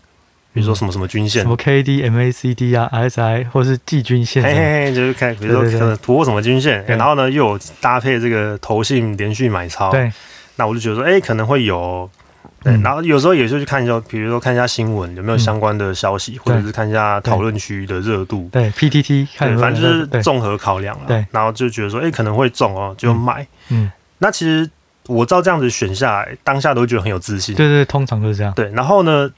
比如说
嗯
什么什么均线
什，么 KD、MACD 啊、RSI 或是季均线
嘿
什么，
嘿嘿，就是看，比如说
对对对
可能突破什么均线，
对
然后呢又有搭配这个投信连续买超，
对，
那我就觉得说，哎、可能会有。对，
嗯
然后有时候也就去看一下，比如说看一下新闻有没有
嗯
相关的消息，或者是看一下
对
讨论区的热度，
对 PTT 看
对，
有没有
反正就
人在
是
对
综合考量了
对。
然后就觉得说，哎、可能会中哦，就买。
嗯，
那其实我照这样子选下来，当下都会觉得很有自信。
对对，通常都是这样。
对，然后呢，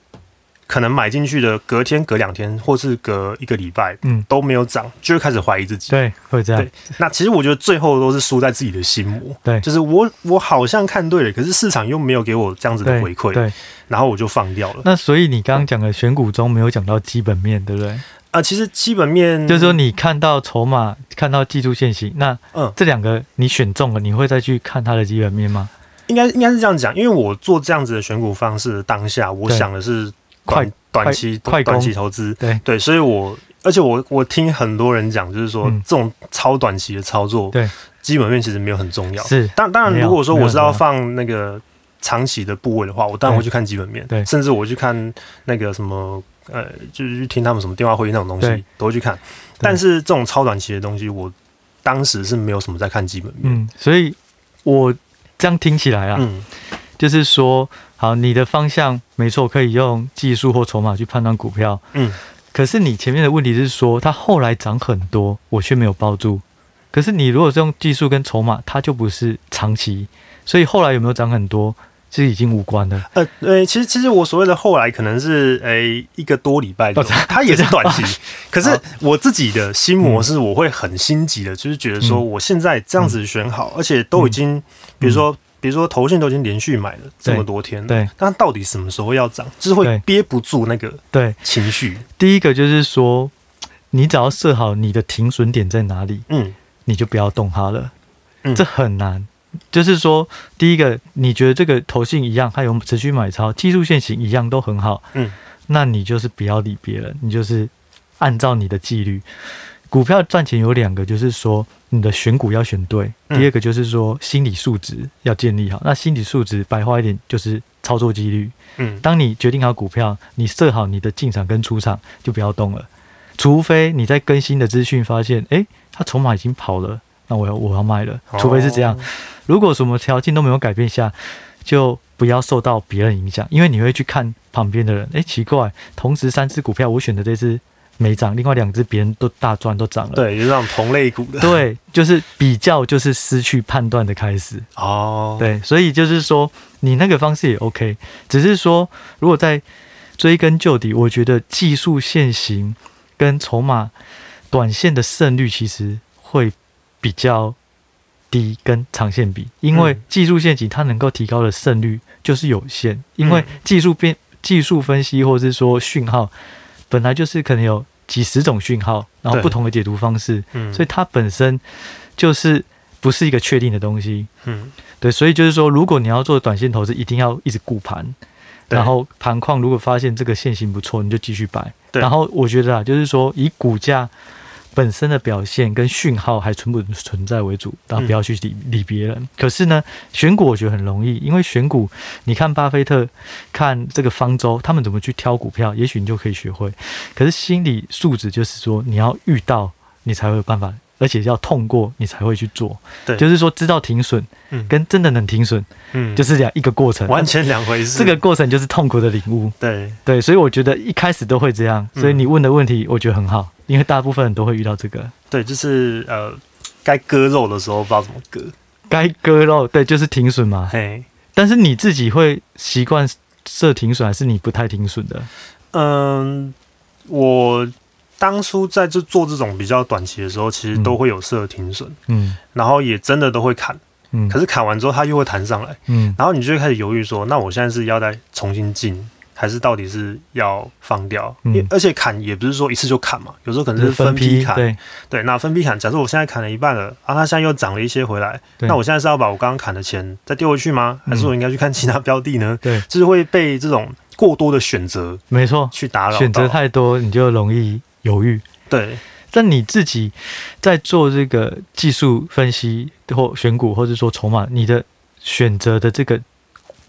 可能买进去的隔天、隔两天，或是隔一个礼拜
嗯，
都没有涨，就会开始怀疑自己。
对，会这样
对。那其实我觉得最后都是输在自己的心魔。
对
就是我我好像看对了，可是市场又没有给我这样子的
对
回馈，
对，
然后我就放掉了。
那所以你刚刚讲的选股中没有讲到基本面，对不对？
啊，其实基本面
就是说你看到筹码，看到技术线型，那
嗯
这两个你选中了，你会再去看它的基本面吗？
应该应该是这样讲，因为我做这样子的选股方式的当下，我
对
想的是
快
短短期
快攻
短期投资，
对
对，所以我而且我我听很多人讲，就是说、
嗯
这种超短期的操作，
对，
基本面其实没有很重要。
是，
当当然，
没有
如果说
没有
我是
很重
要
要
放那个长期的部位的话，我当然
对
会去看基本面，
对
甚至我去看那个什么呃，就是去听他们什么电话会议那种东西
对，
都会去看。但是这种超短期的东西，我当时是没有什么在看基本面。
嗯，所以我这样听起来啊，
嗯，
就是说，好，你的方向没错，可以用技术或筹码去判断股票。
嗯，
可是你前面的问题是说，它后来涨很多，我却没有抱住。可是你如果是用技术跟筹码，它就不是长期，所以后来有没有涨很多，其实已经无关了。
呃，呃，其实其实我所谓的后来可能是诶、一个多礼
哦
拜这种，它也是短期。可是我自己的心
嗯
魔是，我会很心急的，就是觉得说我现在这
嗯
样子选好，而且都已经，比如说比如说投信都已经连续买了这么多天了，
对
那到底什么时候要涨，就是会
对
憋不住那个
对，
情绪。
第一个就是说，你只要设好你的停损点在哪里，
嗯，
你就不要动它了。
嗯
这很难。就是说，第一个，你觉得这个投信一样，它有持续买超，技术线型一样都很好，
嗯，
那你就是不要理别人，你就是按照你的纪律。股票赚钱有两个，就是说你的选股要选对，
嗯
第二个就是说心理素质要建立好。那心理素质白话一点就是操作纪律，
嗯，
当你决定好股票，你设好你的进场跟出场，就不要动了。除非你在更新的资讯发现，诶，它筹码已经跑了，那我要我要卖了。除非是这样，
哦，
如果什么条件都没有改变下，就不要受到别人影响，因为你会去看旁边的人。诶，奇怪，同时三只股票我选的这只没涨，另外两只别人都大赚都涨了。
对，就是那种同类股的。
对，就是比较就是失去判断的开始。
哦，，
对，所以就是说，你那个方式也 OK，只是说，如果在追根究底，我觉得技术现行跟筹码短线的胜率其实会比较低，跟长线比，因为
嗯
技术现行它能够提高的胜率就是有限，因为
嗯
技术变技术分析或是说讯号，本来就是可能有几十种讯号，然后
对
不同的解读方式，
嗯，
所以它本身就是不是一个确定的东西。
嗯，
对，所以就是说，如果你要做短线投资，一定要一直顾盘，
对
然后盘况如果发现这个线型不错，你就继续摆。
对
然后我觉得啊，就是说以股价本身的表现跟讯号还存不存在为主，然后
嗯
不要去理、理别人。可是呢，选股我觉得很容易，因为选股你看巴菲特、看这个方舟他们怎么去挑股票，也许你就可以学会。可是心理素质就是说，你要遇到你才会有办法。而且要痛过你才会去做，
对
就是说知道停损
嗯
跟真的能停损，
嗯
就是是两一个过程，
完全两回事。
这个过程就是痛苦的领悟。
对，
对，所以我觉得一开始都会这样，
嗯
所以你问的问题我觉得很好，因为大部分人都会遇到这个
对，就是呃，该割肉的时候不知道怎么割。
该割肉，对，就是停损嘛。
嘿，
但是你自己会习惯设停损，还是你不太停损的？
嗯，我当初在这做这种比较短期的时候，其实
嗯
都会有设停损，
嗯
然后也真的都会砍，
嗯，
可是砍完之后它又会弹上来，
嗯
然后你就会开始犹豫说，那我现在是要再重新进。还是到底是要放掉，
嗯
因为而且砍也不是说一次就砍嘛，有时候可能
就是
分批砍，
对
对，那分批砍，假设我现在砍了一半了，啊，它现在又涨了一些回来，
对嗯
那我现在是要把我刚刚砍的钱再丢回去吗？还是我应该去看其他标的呢？
对，
就是会被这种过多的选择
没错，
去打扰到，
选择太多你就容易犹豫。
对，
但你自己在做这个技术分析或选股，或者说筹码，你的选择的这个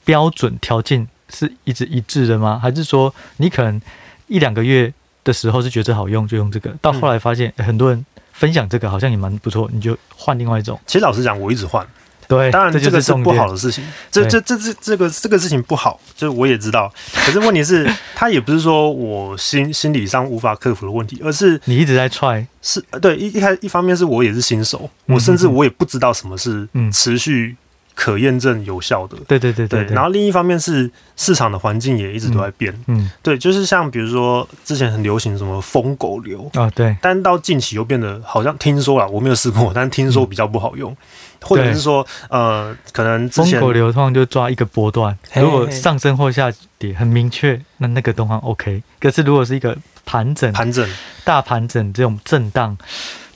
标准条件是一直一致的吗？还是说你可能一两个月的时候是觉得这好用就用这个，到后来发现、诶很多人分享这个好像也蛮不错，你就换另外一种。
其实老实讲，我一直换，
对，
当然
哎这
这
就
个
是
是
重
不
点。
好的事情，这这这这这个这个事情不好，就是我也知道，可是问 题是，它也不是说我心心理上无法克服的问题，而是
你一直在踹，
是呃对一一开一方面是我也是新手，
嗯
我甚至
嗯嗯
我也不知道什么是
嗯
持续可验证有效的。
对对对对
对，然后另一方面是市场的环境也一直都在变，
嗯
对，就是像比如说之前很流行什么疯狗流，
啊、对，
但到近期又变得好像听说了，我没有试过，但听说比较不好用，或者是说呃，可能之
嗯风
前
口流通常就抓一个波段，
嘿
如果
嘿
上升或下跌很明确，那那个东方 OK。可是如果是一个盘整、
盘整，
大盘整这种震荡，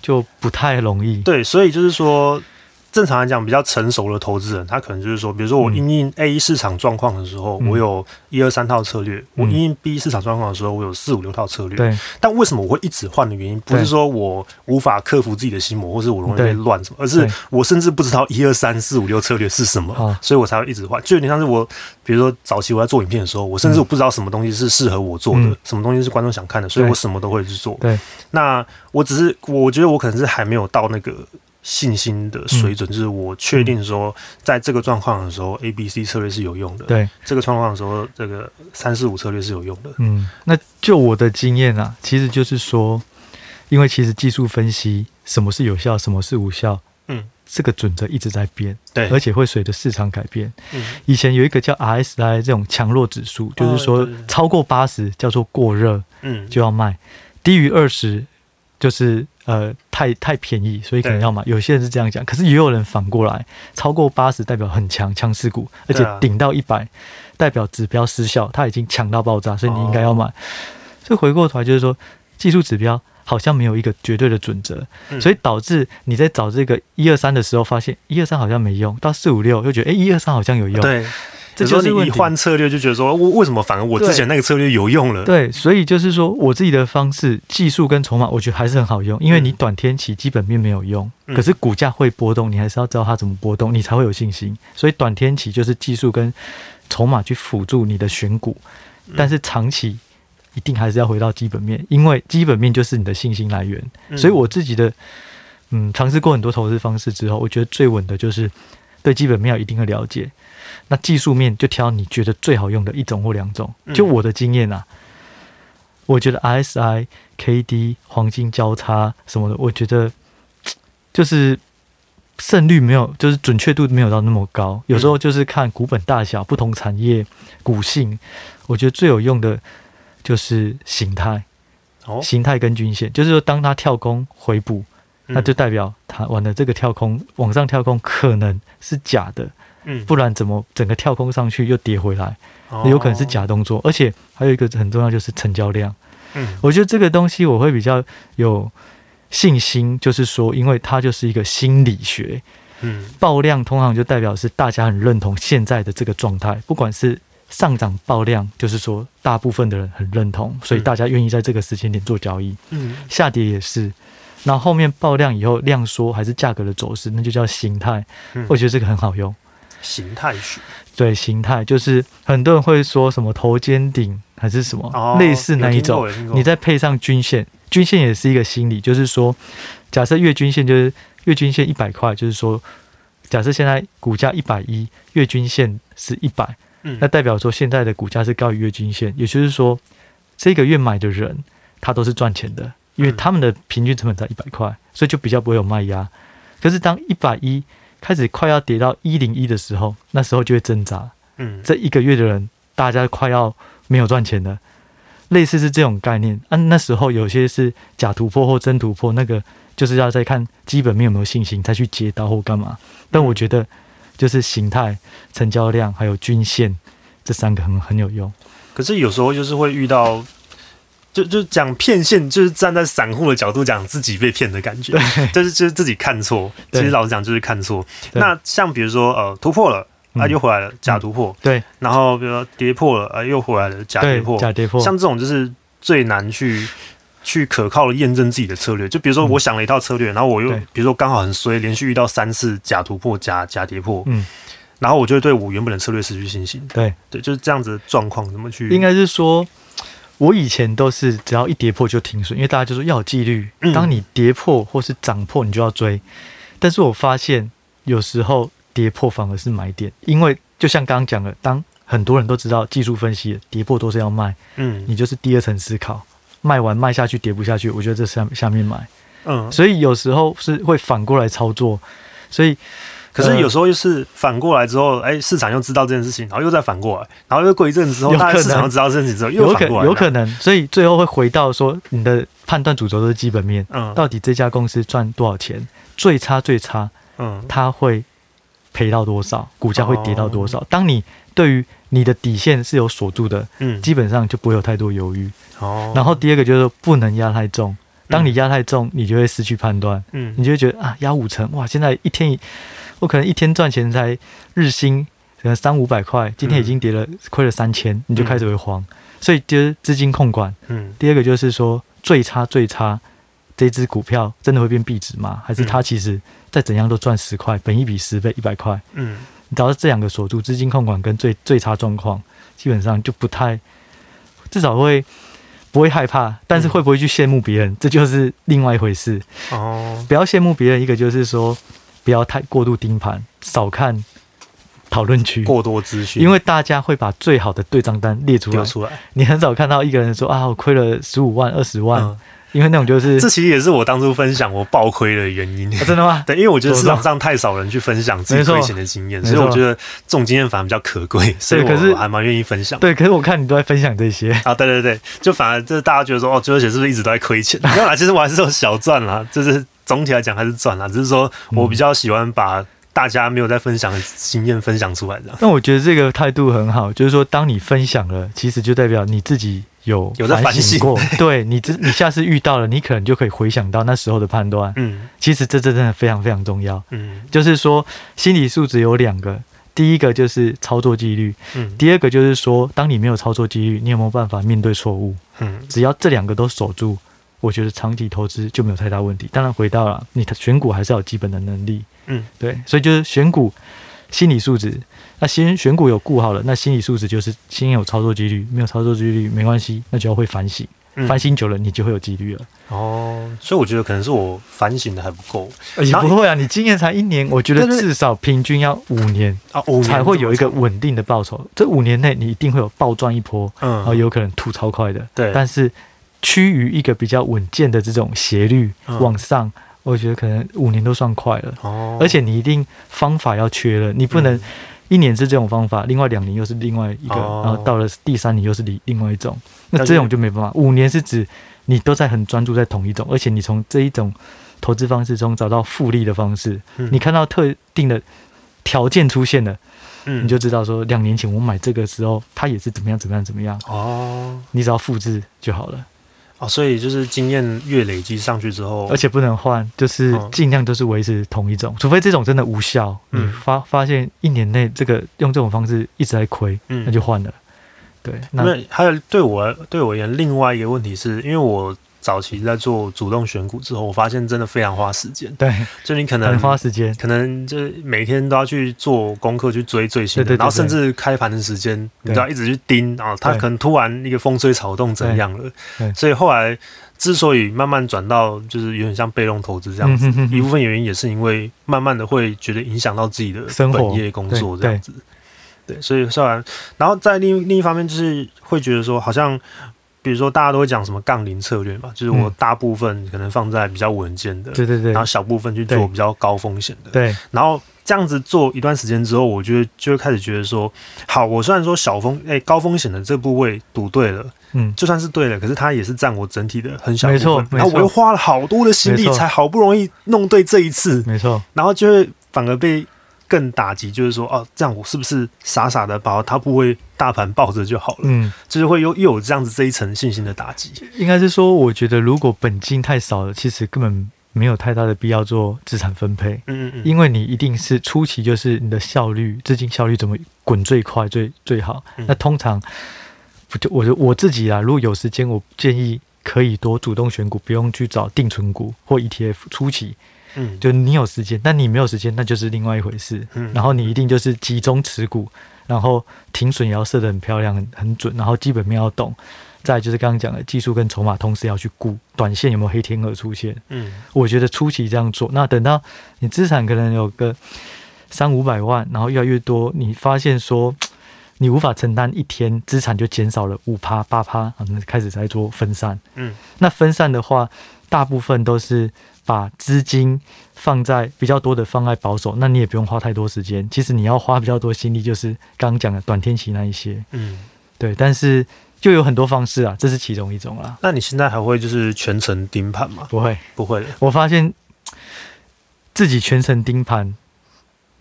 就不太容易。
对，所以就是说。正常来讲，比较成熟的投资人，他可能就是说，比如说我
嗯
因应 A 市场状况的时候，
嗯
我有一二三套策略；我
嗯
因应 B 市场状况的时候，我有四五六套策略。
对
但为什么我会一直换的原因，不是
对
说我无法克服自己的心魔，或是我容易
对
被乱什么，而是
对
我甚至不知道一二三四五六策略是什么
好，
所以我才会一直换。就有点像是我，比如说早期我在做影片的时候，我甚至我不知道什么东西是适合我做的，
嗯
什么东西是观众想看的，所以
对
我什么都会去做。
对，
那我只是我觉得我可能是还没有到那个。信心
嗯
的水准，就是我确定说，在这个状况的时候，A、B、C 策略是有用的；
对，
这个状况的时候，这个三四五策略是有用的。
嗯，那就我的经验啊，其实就是说，因为其实技术分析什么是有效，什么是无效，
嗯，
这个准则一直在变，
对，
而且会随着市场改变。
嗯，
以前有一个叫 RSI 这种强弱指数，就是
哦
说
对对对
超过八十叫做过热，
嗯，
就要卖，低于二十就是呃太太便宜，所以可能
对
要买。有些人是这样讲，可是也有人反过来，超过八十代表很强强势股，而且
对啊
顶到一百代表指标失效，它已经强到爆炸，所以你应该要买。
哦
所以回过头来就是说，技术指标好像没有一个绝对的准则，
嗯
所以导致你在找这个一二三的时候，发现一二三好像没用，到四五六又觉得哎一二三好像有用，
对，
这
有时
就
候
是
你
问
一
题。
换策略就觉得说，我为什么反而我之前那个策略有用了？
对，所以就是说，我自己的方式、技术跟筹码，我觉得还是很好用，因为你
嗯
短天期基本面没有用，
嗯
可是股价会波动，你还是要知道它怎么波动，你才会有信心。所以短天期就是技术跟筹码去辅助你的选股，
嗯
但是长期一定还是要回到基本面，因为基本面就是你的信心来源。
嗯
所以我自己的，嗯，尝试过很多投资方式之后，我觉得最稳的就是对基本面有一定的了解，那技术面就挑你觉得最好用的一种或两种
嗯。
就我的经验啊，我觉得 RSI、KD、黄金交叉什么的，我觉得就是胜率没有，就是准确度没有到那么高。有
嗯
时候就是看股本大小、不同产业、股性，我觉得最有用的就是形态、
哦，
形态跟均线，就是说当它跳空回补，
嗯
那就代表它玩的这个跳空往上跳空可能是假的，
嗯，
不然怎么整个跳空上去又跌回来？
哦
有可能是，假动作，而且还有一个很重要就是成交量。
嗯
我觉得这个东西我会比较有信心，就是说，因为它就是一个心理学，
嗯
爆量通常就代表是大家很认同现在的这个状态，不管是上涨爆量，就是说大部分的人很认同，所以大家愿意在这个时间点做交易；
嗯
下跌也是。然后后面爆量以后量缩还是价格的走势，那就叫形态。
嗯
我觉得这个很好用。
形态学
对，形态就是很多人会说什么头肩顶还是什么、
哦
类似那一种
有听过有听，过
你再配上均线，均线也是一个心理，就是说，假设月均线就是月均线一百块，就是说，假设现在股价一百一，月均线是一百，
嗯
那代表说现在的股价是高于月均线，也就是说，这个月买的人他都是赚钱的，因为
嗯
他们的平均成本在一百块，所以就比较不会有卖压。可是当一百一开始快要跌到一零一的时候，那时候就会挣扎。
嗯
这一个月的人，大家快要没有赚钱了，类似是这种概念啊。那时候有些是假突破或真突破，那个就是要再看基本面有没有信心再去接刀或干嘛。
嗯
但我觉得就是形态、成交量还有均线这三个很很有用。
可是有时候就是会遇到，就就讲骗线，就是站在散户的角度讲自己被骗的感觉，就是就是自己看错。其
对
实老实讲就是看错。
对
那像比如说呃突破了，啊
嗯
又回来了，假突破，
对
然后比如说跌破了，啊又回来了，假跌
对
破，，
假跌破，
像这种就是最难去去可靠的验证自己的策略。就比如说我想了一套策略，然后我又
嗯对
比如说刚好很衰，连续遇到三次假突破、假假跌破，
嗯，
然后我就会对我原本的策略失去信心。
对，
对，就是这样子的状况，怎么去？
应该是说。我以前都是只要一跌破就停损，因为大家就说要有纪律
嗯。
当你跌破或是涨破，你就要追。但是我发现有时候跌破反而是买点，因为就像刚刚讲的，当很多人都知道技术分析跌破都是要卖，
嗯
你就是第二层思考，卖完卖下去跌不下去，我觉得这下下面买。
嗯，
所以有时候是会反过来操作，所以
可是有时候又是反过来之后，哎、市场又知道这件事情，然后又再反过来，然后又过一阵子之后，
有可
大
能
家市场又知道这件事情之后，又
有可
反过来，
有可，能，所以最后会回到说你的判断主轴都是基本面，
嗯
到底这家公司赚多少钱，最差最差
嗯
它会赔到多少，股价会跌到多
哦
少。当你对于你的底线是有锁住的，
嗯，
基本上就不会有太多犹豫。
哦，
然后第二个就是说不能压太重，当
嗯
你压太重，你就会失去判断，
嗯
你就会觉得啊，压五成，哇，现在一天我可能一天赚钱才日薪可能三五百块，今天已经跌了亏了三千，你就开始会慌。所以就是资金控管。
嗯
第二个就是说最差最差，这只股票真的会变币值吗？还是它其实再怎样都赚十块，本一比十倍一百块？
嗯
你找到这两个锁住资金控管跟最最差状况，基本上就不太，至少会不会害怕，但是会不会去羡慕别人，这就是另外一回事。
哦，
不要羡慕别人，一个就是说不要太过度盯盘，少看讨论区。
过多资讯，
因为大家会把最好的对账单列出来
丢，出来，
你很少看到一个人说啊，我亏了十五万、二十万，
嗯
因为那种就是
这其实也是我当初分享我爆亏的原因。
啊真的吗？
对，因为我觉得
我
市
知道
场上太少人去分享自己
没错
亏钱的经验，
没
所
错
以我觉得这种经验反而比较可贵，所以
可
我
是
我还蛮愿意分享。
对，可是我看你都在分享这些，
啊，对对对，就反而就是大家觉得说，哦，九九姐是不是一直都在 亏钱？没有啦，其实我还是有小赚啦，就是总体来讲还是赚啦，只是说我比较喜欢把大家没有在分享的经验分享出来，这样
那我觉得这个态度很好，就是说，当你分享了，其实就代表你自己有
有在反省
省过。 对你自，你下次遇到了，你可能就可以回想到那时候的判断。
嗯
其实这真的非常非常重要。
嗯
就是说，心理素质有两个，第一个就是操作纪律，
嗯
第二个就是说，当你没有操作纪律，你有没有办法面对错误？
嗯
只要这两个都守住，我觉得长期投资就没有太大问题。当然，回到了你的选股还是要有基本的能力。
嗯，
对，所以就是选股心理素质，那先选股有顾好了，那心理素质就是先有操作纪律，没有操作纪律没关系，那就要会反省，
嗯
反省久了你就会有纪律了。
哦，所以我觉得可能是我反省的还不够
也
然后
不会啊，你经验才一年，我觉得
对对对
至少平均要五年
啊，五年
才会有一
这
个
么长
稳定的报酬。这五年内你一定会有暴赚一波，然后哦
嗯
有可能吐超快的。
对
但是趋于一个比较稳健的这种斜率
嗯
往上，我觉得可能五年都算快了。
哦，
而且你一定方法要确认，你不能
嗯
一年是这种方法，另外两年又是另外一个，
哦
然后到了第三年又是另另外一种，
了
那
解
这种就没办法。五年是指你都在很专注在同一种，而且你从这一种投资方式中找到复利的方式，
嗯
你看到特定的条件出现了，
嗯
你就知道说两年前我买这个时候它也是怎么样怎么样怎么样，
哦
你只要复制就好了。
哦，所以就是经验越累积上去之后，
而且不能换，就是
嗯
尽量都是维持同一种，除非这种真的无效，
嗯
你发发现一年内这个用这种方式一直在亏，
嗯
那就换了。对，那
那还有对我对我而言，另外一个问题是因为我早期在做主动选股之后，我发现真的非常花时间，
对，
就你可能
很花时间，
可能就是每天都要去做功课去追最新的，
对对对
然后甚至开盘的时间，你
对
都要一直去盯啊，它
对
可能突然一个风吹草动怎样了
对，对
所以后来之所以慢慢转到就是有点像被动投资这样子，
嗯哼哼
一部分原因也是因为慢慢的会觉得影响到自己的
生活
本业工作
对
这样子，对，所以虽然然后在另另一方面就是会觉得说好像。比如说，大家都会讲什么杠铃策略嘛，就是我
嗯
大部分可能放在比较稳健的，
对对对
然后小部分去做
对
比较高风险的。
对，
然后这样子做一段时间之后，我觉得就会开始觉得说，好，我虽然说小风哎、高风险的这部位赌对了，
嗯，
就算是对了，可是它也是占我整体的很小
没
部
错
分。
没错
然后我又花了好多的心力
没，错
才好不容易弄对这一次，
没错，
然后就会反而被更打击，就是说，哦，这样我是不是傻傻的把它部位大盘抱着就好了？
嗯，
就是会又又有这样子这一层信心的打击。
应该是说，我觉得如果本金太少了，其实根本没有太大的必要做资产分配，
嗯嗯嗯，
因为你一定是初期就是你的效率，资金效率怎么滚最快最最好
嗯。
那通常不就我就我自己啊，如果有时间，我建议可以多主动选股，不用去找定存股或 ETF。初期
嗯，
就你有时间，但你没有时间，那就是另外一回事。
嗯
然后你一定就是集中持股，然后停损也要设得很漂亮、很很准，然后基本面要懂。再来就是刚刚讲的技术跟筹码，同时要去顾短线有没有黑天鹅出现。
嗯
我觉得初期这样做，那等到你资产可能有个三五百万，然后越来越多，你发现说你无法承担一天，资产就减少了五趴八趴，啊，那开始在做分散。
嗯
那分散的话，大部分都是把资金放在比较多的放在保守，那你也不用花太多时间。其实你要花比较多心力，就是刚刚讲的短天期那一些，
嗯。
对。但是就有很多方式啊，这是其中一种啦。
那你现在还会就是全程盯盘吗？
不会，
不会了。
我发现自己全程盯盘，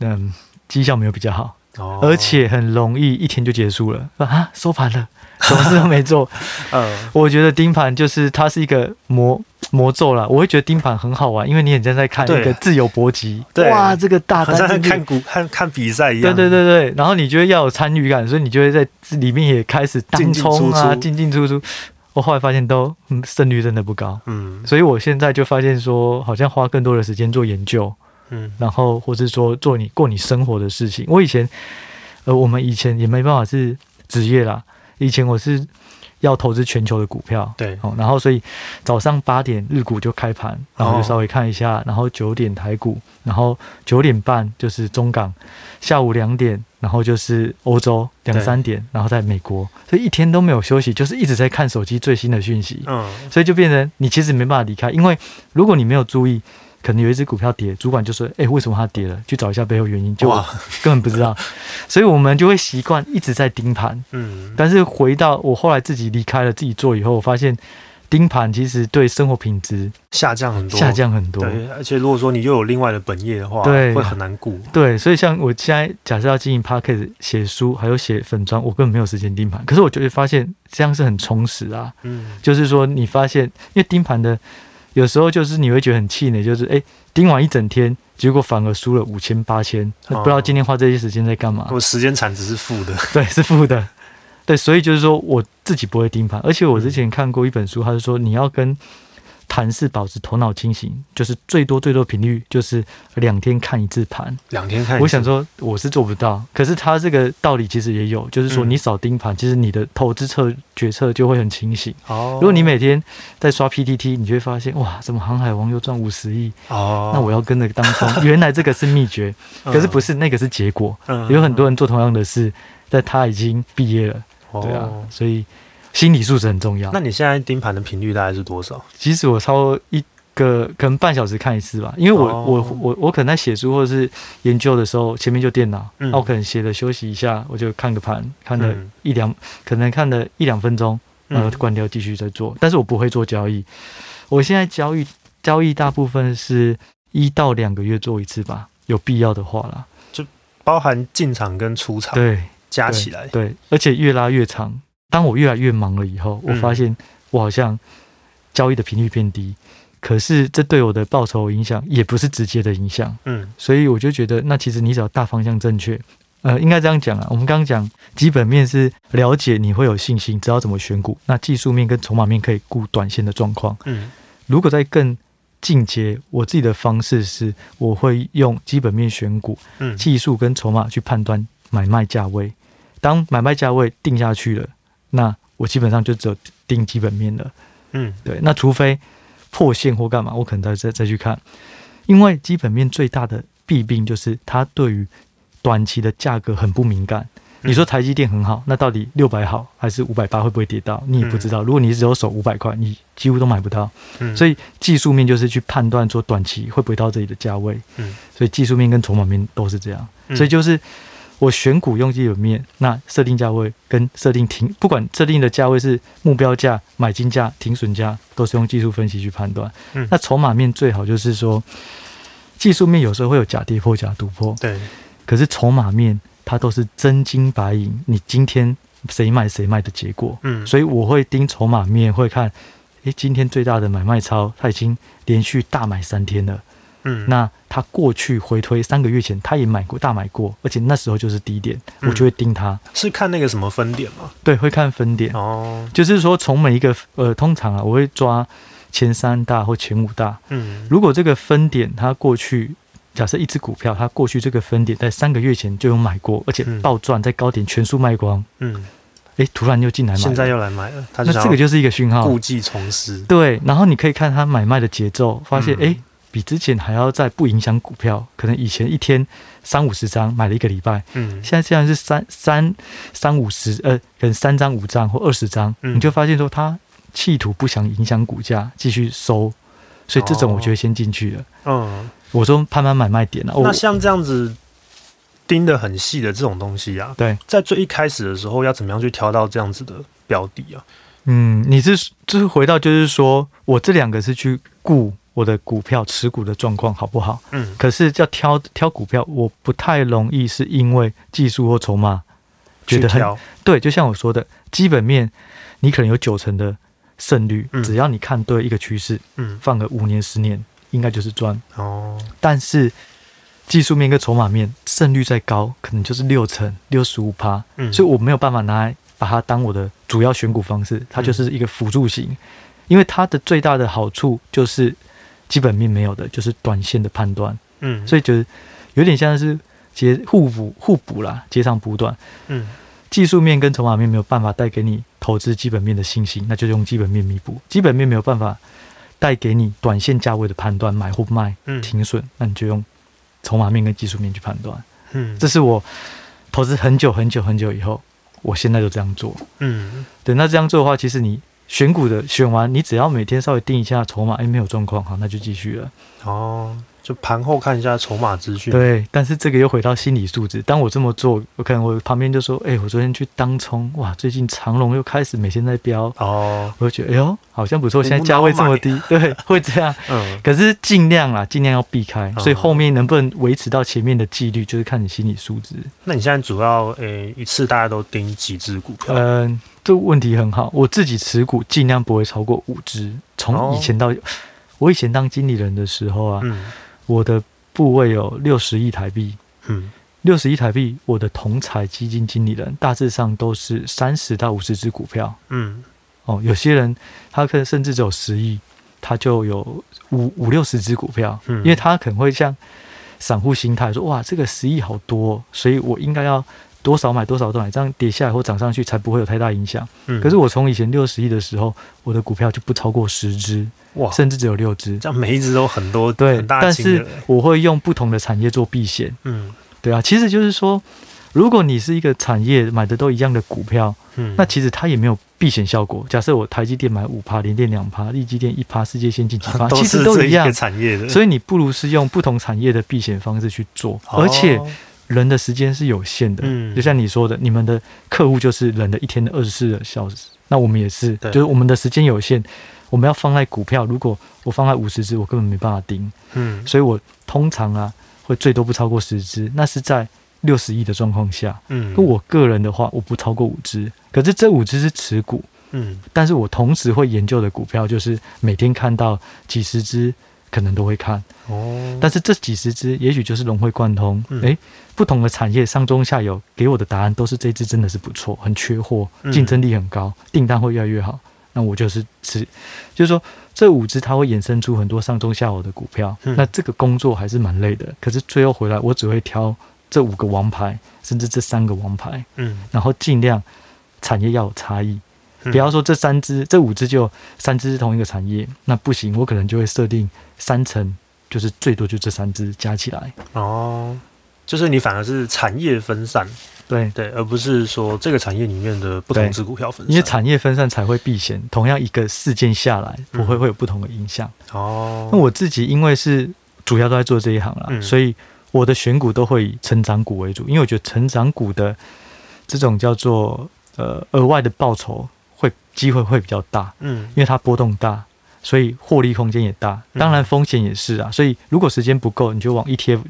嗯，绩效没有比较好，
哦
而且很容易一天就结束了啊，收盘了，什么事都没 做。
呃，
我觉得盯盘就是它是一个魔魔咒啦，我会觉得盯盘很好玩，因为你很像在看
对
一个自由搏击，
对
哇，这个大
好像在
单进
看
去。
股看看比赛一
对
样。
对对对，然后你就会要有参与感，所以你就会在里面也开始当冲啊，
进
进进出出。我后来发现都、嗯、胜率真的不高，
嗯
所以我现在就发现说，好像花更多的时间做研究，
嗯
然后或是说做你过你生活的事情。我以前，呃，我们以前也没办法是职业啦，以前我是要投资全球的股票，
对
哦，然后所以早上八点日股就开盘，然
哦
后就稍微看一下，然后九点台股，然后九点半就是中港，下午两点，然后就是欧洲两
对
三点，然后在美国，所以一天都没有休息，就是一直在看手机最新的讯息，
嗯
所以就变成你其实没办法离开，因为如果你没有注意，可能有一只股票跌，主管就说：“哎、为什么它跌了？”去找一下背后原因，就
哇
根本不知道， 所以我们就会习惯一直在盯盘。
嗯
但是回到我后来自己离开了自己做以后，我发现盯盘其实对生活品质
下降很多，
下降很多。
对，而且如果说你又有另外的本业的话，
对
会很难顾。
对，所以像我现在假设要经营 p a c k a g e 写书还有写粉砖，我根本没有时间盯盘。可是我就会发现这样是很充实啊。
嗯
就是说你发现，因为盯盘的有时候就是你会觉得很气馁，就是哎盯完一整天，结果反而输了五千八千，
哦
那不知道今天花这些时间在干嘛？
我时间产值是负的。
对，是负的。对，所以就是说我自己不会盯盘，而且我
嗯
之前看过一本书，它是说你要跟盘市保持头脑清醒，就是最多最多频率就是两天看一次盘。
两天看一次，
我想说我是做不到，可是它这个道理其实也有，就是说
嗯
你少盯盘，其实你的投资策决策就会很清醒。
哦，
如果你每天在刷 PTT，你就会发现哇，怎么航海王又赚五十亿？
哦，
那我要跟着当 冲。原来这个是秘诀，
嗯
可是不是那个是结果。
嗯
有很多人做同样的事，但他已经毕业了，对啊
哦，
所以心理素质很重要
那。你现在盯盘的频率大概是多少？
其实我超过一个可能半小时看一次吧，因为我、
哦
我我我可能在写书或者是研究的时候，前面就电脑，那、
嗯
我可能写了休息一下，我就看个盘，哦看呃了
嗯
一两，可能看了一两分钟，然后关掉继续再做。但是我不会做交易，我现在交易交易大部分是一到两个月做一次吧，有必要的话啦。
包含进场跟出场
对，
加
对
起来，
对，而且越拉越长。当我越来越忙了以后，我
嗯
发现我好像交易的频率变低，可是这对我的报酬影响也不是直接的影响，
嗯
所以我就觉得，那其实你只要大方向正确，呃，应该这样讲啊。我们刚刚讲基本面是了解你会有信心，知道怎么选股，那技术面跟筹码面可以顾短线的状况。
嗯
如果在更进阶，我自己的方式是，我会用基本面选股，
嗯
技术跟筹码去判断买卖价位。当买卖价位定下去了，那我基本上就只有定基本面了。
嗯
对，那除非破线或干嘛，我可能再再再去看，因为基本面最大的弊病就是它对于短期的价格很不敏感。
嗯
你说台积电很好，那到底六百好还是五百八会不会跌到？你也不知道。如果你只有手五百块，你几乎都买不到。
嗯，
所
以
以技术面就是去判断说短期会不会到这里的价位，
嗯
所以技术面跟筹码面都是这样。
嗯
所以就是我选股用基本面，那设定价位跟设定停，不管设定的价位是目标价、买进价、停损价，都是用技术分析去判断。
嗯
那筹码面最好就是说，技术面有时候会有假跌破、假突破，
对，
可是筹码面它都是真金白银，你今天谁买谁卖的结果。
嗯
所以我会盯筹码面，会看，诶，今天最大的买卖超，它已经连续大买三天了。
嗯
那它过去回推三个月前，它也买过大买过，而且那时候就是低点，我
嗯
就会盯它。
是看那个什么分点嘛？
对，会看分点，
哦，
就是说从每一个呃，通常啊，我会抓前三大或前五大。
嗯
如果这个分点它过去。假设一只股票，它过去这个分点在三个月前就有买过，而且
嗯
暴赚，在高点全数卖光，
嗯，
诶，突然又进来买了，
现在又来买了，他
那
就想
这个
要
就是一个讯号，
故技重施，
对，然后你可以看它买卖的节奏，发现
嗯
诶比之前还要再不影响股票。可能以前一天三五十张买了一个礼拜，
嗯
现在既然是三三三五十，呃，可能三张五张或二十张，
嗯
你就发现说它企图不想影响股价，继续收。所以这种我就会先进去了。
嗯，
我说慢慢买卖点了、啊，我
那像这样子盯得很细的这种东西啊，
对，
在最一开始的时候要怎么样去挑到这样子的标的啊？
嗯，你是就是回到就是说我这两个是去顾我的股票持股的状况好不好？
嗯
可是要挑挑股票，我不太容易，是因为技术或筹码觉得
去
很
挑
对。就像我说的，基本面你可能有九成的胜率，
嗯
只要你看对一个趋势，
嗯
放个五年十年，应该就是赚。
哦
但是技术面跟筹码面胜率再高，可能就是六成六十五趴，
嗯，
所以我没有办法拿来把它当我的主要选股方式，它就是
嗯
一个辅助型，因为它的最大的好处就是基本面没有的，就是短线的判断。
嗯
所以就是有点像是接互补互补啦，接上补短。
嗯
技术面跟筹码面没有办法带给你投资基本面的信心，那就用基本面弥补。基本面没有办法带给你短线价位的判断，买或卖、
嗯
停损，那你就用筹码面跟技术面去判断。
嗯
这是我投资很久很久很久以后，我现在就这样做。
嗯
对，那这样做的话，其实你选股的选完，你只要每天稍微定一下筹码，哎，没有状况，好，那就继续了。
哦，就盘后看一下筹码资讯，
对，但是这个又回到心理素质。当我这么做，我可能我旁边就说：“哎、我昨天去当冲，哇，最近长隆又开始每天在飙。
哦”，
我就觉得，哎呦，好像不错，
无
现在价位这么低， 对，会这样。
嗯
可是尽量啦，尽量要避开。
哦
所以后面能不能维持到前面的纪律，就是看你心理素质。
那你现在主要诶、一次大家都盯几只股票？
嗯、这个问题很好。我自己持股尽量不会超过五只。从以前到、我以前当经理人的时候啊，
嗯
我的部位有六十亿台币。
嗯
六十亿台币，我的同财基金经理人大致上都是三十到五十只股票
嗯
哦，有些人他可能甚至只有十亿，他就有五五六十只股票，
嗯
因为他可能会像散户心态说，哇，这个十亿好多哦、所以我应该要多少买多少都买，这样跌下来或涨上去才不会有太大影响。
嗯，
可是我从以前六十亿的时候，我的股票就不超过十只，
哇，
甚至只有六只。
这样每一只都很多
对
很，大
但
金额
是
欸，
我会用不同的产业做避险。
嗯
对啊，其实就是说，如果你是一个产业买的都一样的股票，
嗯，
那其实它也没有避险效果。假设我台积电买五趴，联电两趴，利基电一趴，世界先进几趴，
都
其实
是
都
这
一
个
样。
产业的，
所以你不如是用不同产业的避险方式去做，
哦
而且人的时间是有限的。
嗯
就像你说的，你们的客户就是人的一天的二十四小时，那我们也是，
对
就是我们的时间有限，我们要放在股票。如果我放在五十只，我根本没办法盯。
嗯
所以我通常啊会最多不超过十只，那是在六十亿的状况下。
嗯，
跟我个人的话，我不超过五只，可是这五只是持股，
嗯
但是我同时会研究的股票，就是每天看到几十只，可能都会看。
哦，
但是这几十只，也许就是融会贯通。
嗯
诶，不同的产业上中下游给我的答案都是这一只真的是不错，很缺货
嗯，
竞争力很高，订单会越来越好。那我就是吃，就是说这五只它会衍生出很多上中下游的股票。
嗯
那这个工作还是蛮累的，可是最后回来我只会挑这五个王牌，甚至这三个王牌，
嗯，
然后尽量产业要有差异。
嗯
不要说这三只、这五只就三只是同一个产业，那不行，我可能就会设定三层，就是最多就这三只加起来。
哦，就是你反而是产业分散，
对，
对，而不是说这个产业里面的不同
对
只股票分散，
因为产业分散才会避险，同样一个事件下来，
嗯
不会会有不同的影响。
哦，
那我自己因为是主要都在做这一行啦，
嗯
所以我的选股都会以成长股为主，因为我觉得成长股的这种叫做呃额外的报酬会机会会比较大。
嗯
因为它波动大，所以获利空间也大，
嗯
当然风险也是啊。所以如果时间不够，你就往 ETF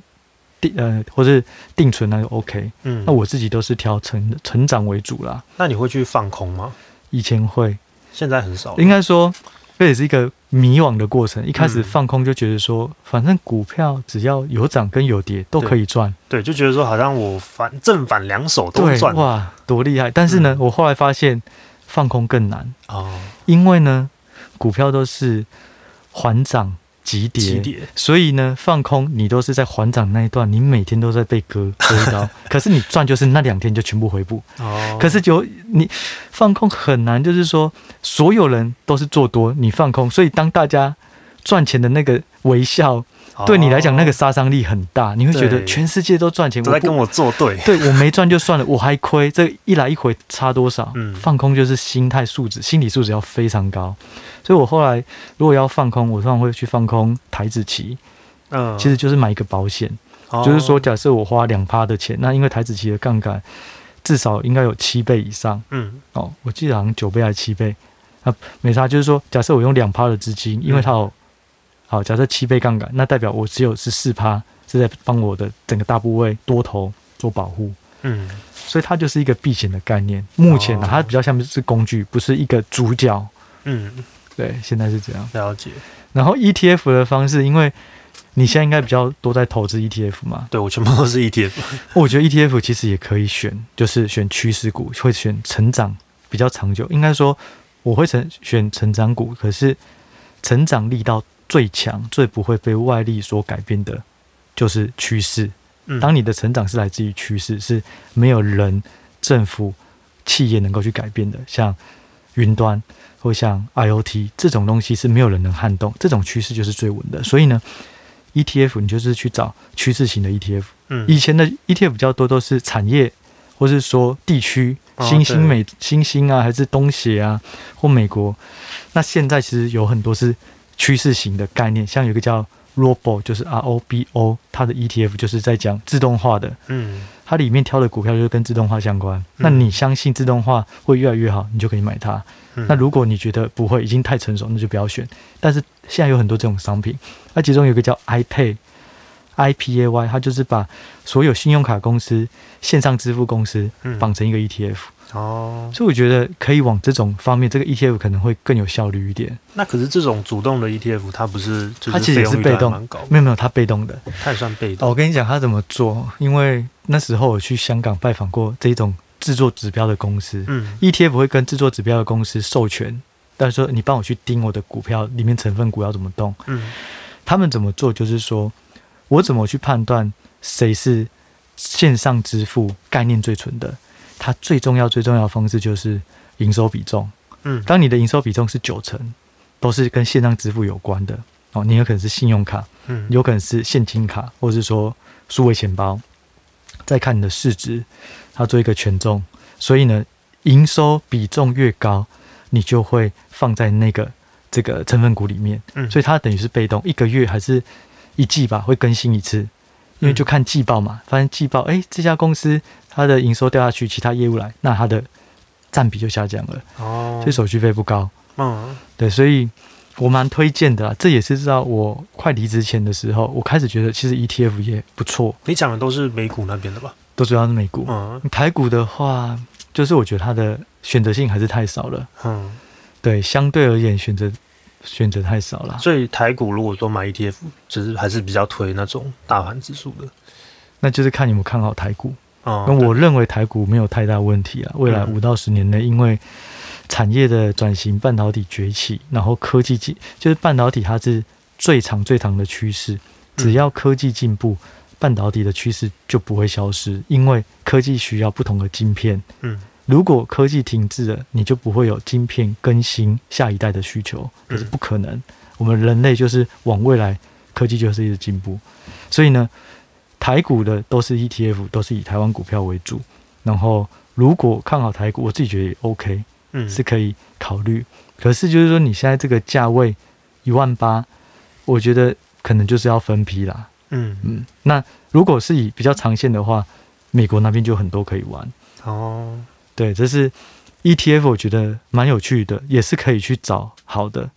定呃或是定存那就 OK。
嗯，
那我自己都是挑成成长为主啦，
那你会去放空吗？
以前会
现在很少了，
应该说这也是一个迷惘的过程。一开始
嗯
放空就觉得说，反正股票只要有涨跟有跌都可以赚，
对，就觉得说好像我反正反两手都
对
嗯赚
哇多厉害。但是呢，
嗯
我后来发现放空更难，
哦，
因为呢股票都是缓涨急跌。
急跌，
所以呢，放空你都是在缓涨那一段，你每天都在被割割 刀，可是你赚就是那两天就全部回补。
哦，
可是就你放空很难，就是说所有人都是做多，你放空，所以当大家赚钱的那个微笑，
哦
对你来讲那个杀伤力很大，你会觉得
对
全世界都赚钱，
都在
不
跟我作 对，
对我没赚就算了，我还亏，这一来一回差多少？
嗯
放空就是心态素质、心理素质要非常高。所以我后来如果要放空，我通常会去放空台子期，
嗯，
其实就是买一个保险，
哦
就是说，假设我花两趴的钱，那因为台子期的杠杆至少应该有七倍以上
嗯
哦，我记得好像九倍还是七倍啊，没差。就是说，假设我用两趴的资金，
嗯
因为它有、好，假设七倍杠杆，那代表我只有十四趴是在帮我的整个大部位多头做保护，
嗯
所以它就是一个避险的概念。目前呢、
哦
它比较像是工具，不是一个主角。
嗯，
对，现在是这样。
了解，
然后 ETF 的方式，因为你现在应该比较多在投资 ETF 嘛，
对我全部都是 E ETF，
我觉得 ETF 其实也可以选，就是选趋势股，会选成长比较长久。应该说，我会成选成长股，可是成长力道最强、最不会被外力所改变的，就是趋势。
嗯，
当你的成长是来自于趋势，是没有人、政府、企业能够去改变的，像云端或像 IOT 这种东西是没有人能撼动，这种趋势就是最稳的。所以呢，ETF 你就是去找趋势型的 E ETF。
嗯
以前的 ETF 比较多都是产业，或是说地区，
哦
新兴
对
美、新兴啊，还是东协啊，或美国。那现在其实有很多是趋势型的概念，像有一个叫 Robo，就是 R O B O，它的 ETF 就是在讲自动化的，
嗯
它里面挑的股票就是跟自动化相关。那你相信自动化会越来越好，你就可以买它。
嗯，
那如果你觉得不会，已经太成熟，那就不要选。但是现在有很多这种商品，那其中有一个叫 iPay。IPAY，它就是把所有信用卡公司、线上支付公司
嗯
绑成一个 ETF，、
哦，
所以我觉得可以往这种方面，这个 ETF 可能会更有效率一点。
那可是这种主动的 ETF，它不是就是
它其实也是
费用率
被
还
动
蛮高的，
没有没有，它被动的。
它也算被
哦，
动
我跟你讲他怎么做，因为那时候我去香港拜访过这种制作指标的公司、
嗯
e t f 会跟制作指标的公司授权，但是说你帮我去盯我的股票里面成分股要怎么动，
嗯
他们怎么做就是说我怎么去判断谁是线上支付概念最纯的，它最重要最重要的方式就是营收比重。
嗯
当你的营收比重是九成，都是跟线上支付有关的哦，你有可能是信用卡，
嗯
有可能是现金卡，或者是说数位钱包。再看你的市值，它做一个权重，所以呢，营收比重越高，你就会放在那个这个成分股里面，
嗯
所以它等于是被动，一个月还是一季吧，会更新一次，因
嗯
为就看季报嘛，发现季报，哎，这家公司它的营收掉下去，其他业务来，那它的占比就下降了。
哦，
所以手续费不高。
嗯
对，所以我蛮推荐的啦。这也是知道我快离职前的时候，我开始觉得其实 ETF 也不错，
你讲的都是美股那边的吧？
都主要是美股。
嗯
台股的话，就是我觉得它的选择性还是太少了。
嗯，
对，相对而言选择选择太少了。
所以台股如果说买 ETF，只是还是比较推那种大盘指数的。
那就是看你们看好台股。
哦、
那我
对
认为台股没有太大问题啊。未来
嗯
五到十年内，因为产业的转型、半导体崛起，然后科技进，就是半导体它是最长最长的趋
嗯
势。只要科技进步，半导体的趋势就不会消失，因为科技需要不同的晶片。
嗯
如果科技停滞了，你就不会有晶片更新下一代的需求，这是
嗯
不可能。我们人类就是往未来，科技就是一直进步，所以呢，台股的都是 ETF，都是以台湾股票为主。然后，如果看好台股，我自己觉得也 OK，
嗯
是可以考虑。可是就是说，你现在这个价位一万八，我觉得可能就是要分批啦。
嗯
嗯，那如果是以比较长线的话，美国那边就很多可以玩。
哦
对，这是 ETF，我觉得蛮有趣的，也是可以去找好的。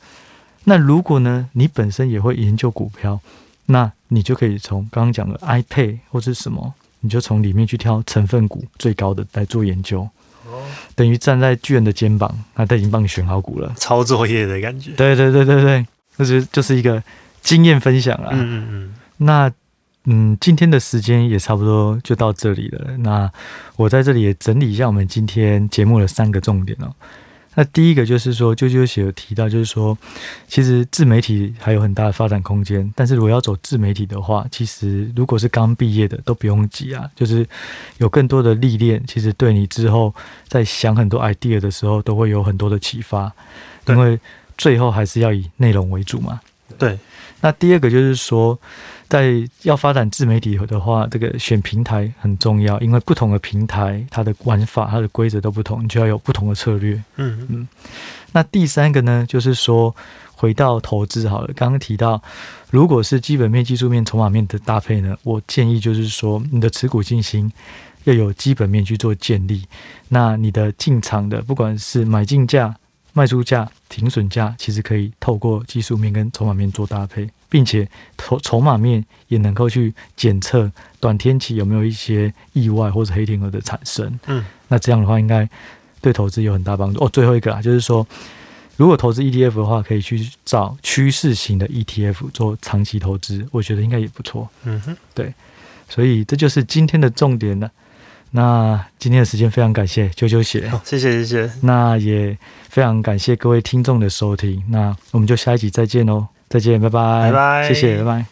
那如果呢，你本身也会研究股票，那你就可以从刚刚讲的 iPay 或是什么，你就从里面去挑成分股最高的来做研究，
哦，
等于站在巨人的肩膀，那他已经帮你选好股了。
抄作业的感觉。
对对对对对，这就是就是一个经验分享啊啦。
嗯嗯
那嗯，今天的时间也差不多就到这里了。那我在这里也整理一下我们今天节目的三个重点哦。那第一个就是说，啾啾写有提到，就是说，其实自媒体还有很大的发展空间。但是如果要走自媒体的话，其实如果是刚毕业的，都不用急啊，就是有更多的历练，其实对你之后在想很多 idea 的时候，都会有很多的启发。
对
因为最后还是要以内容为主嘛。
嗯，对，
那第二个就是说，在要发展自媒体的话，这个选平台很重要，因为不同的平台它的玩法、它的规则都不同，你就要有不同的策略。
嗯嗯
那第三个呢，就是说回到投资好了，刚刚提到，如果是基本面、技术面、筹码面的搭配呢，我建议就是说你的持股信心要有基本面去做建立，那你的进场的不管是买进价、卖出价、停损价，其实可以透过技术面跟筹码面做搭配，并且筹筹码面也能够去检测短天期有没有一些意外或者黑天鹅的产生。
嗯
那这样的话，应该对投资有很大帮助。哦，最后一个啊，就是说，如果投资 ETF 的话，可以去找趋势型的 ETF 做长期投资，我觉得应该也不错。
嗯哼，
所以这就是今天的重点了。那今天的时间非常感谢啾啾姐，
好，哦谢谢谢谢，
那也非常感哦谢各位听众的收听。那我们就下一集再见喽，再见，拜拜，
拜拜
谢谢，拜拜。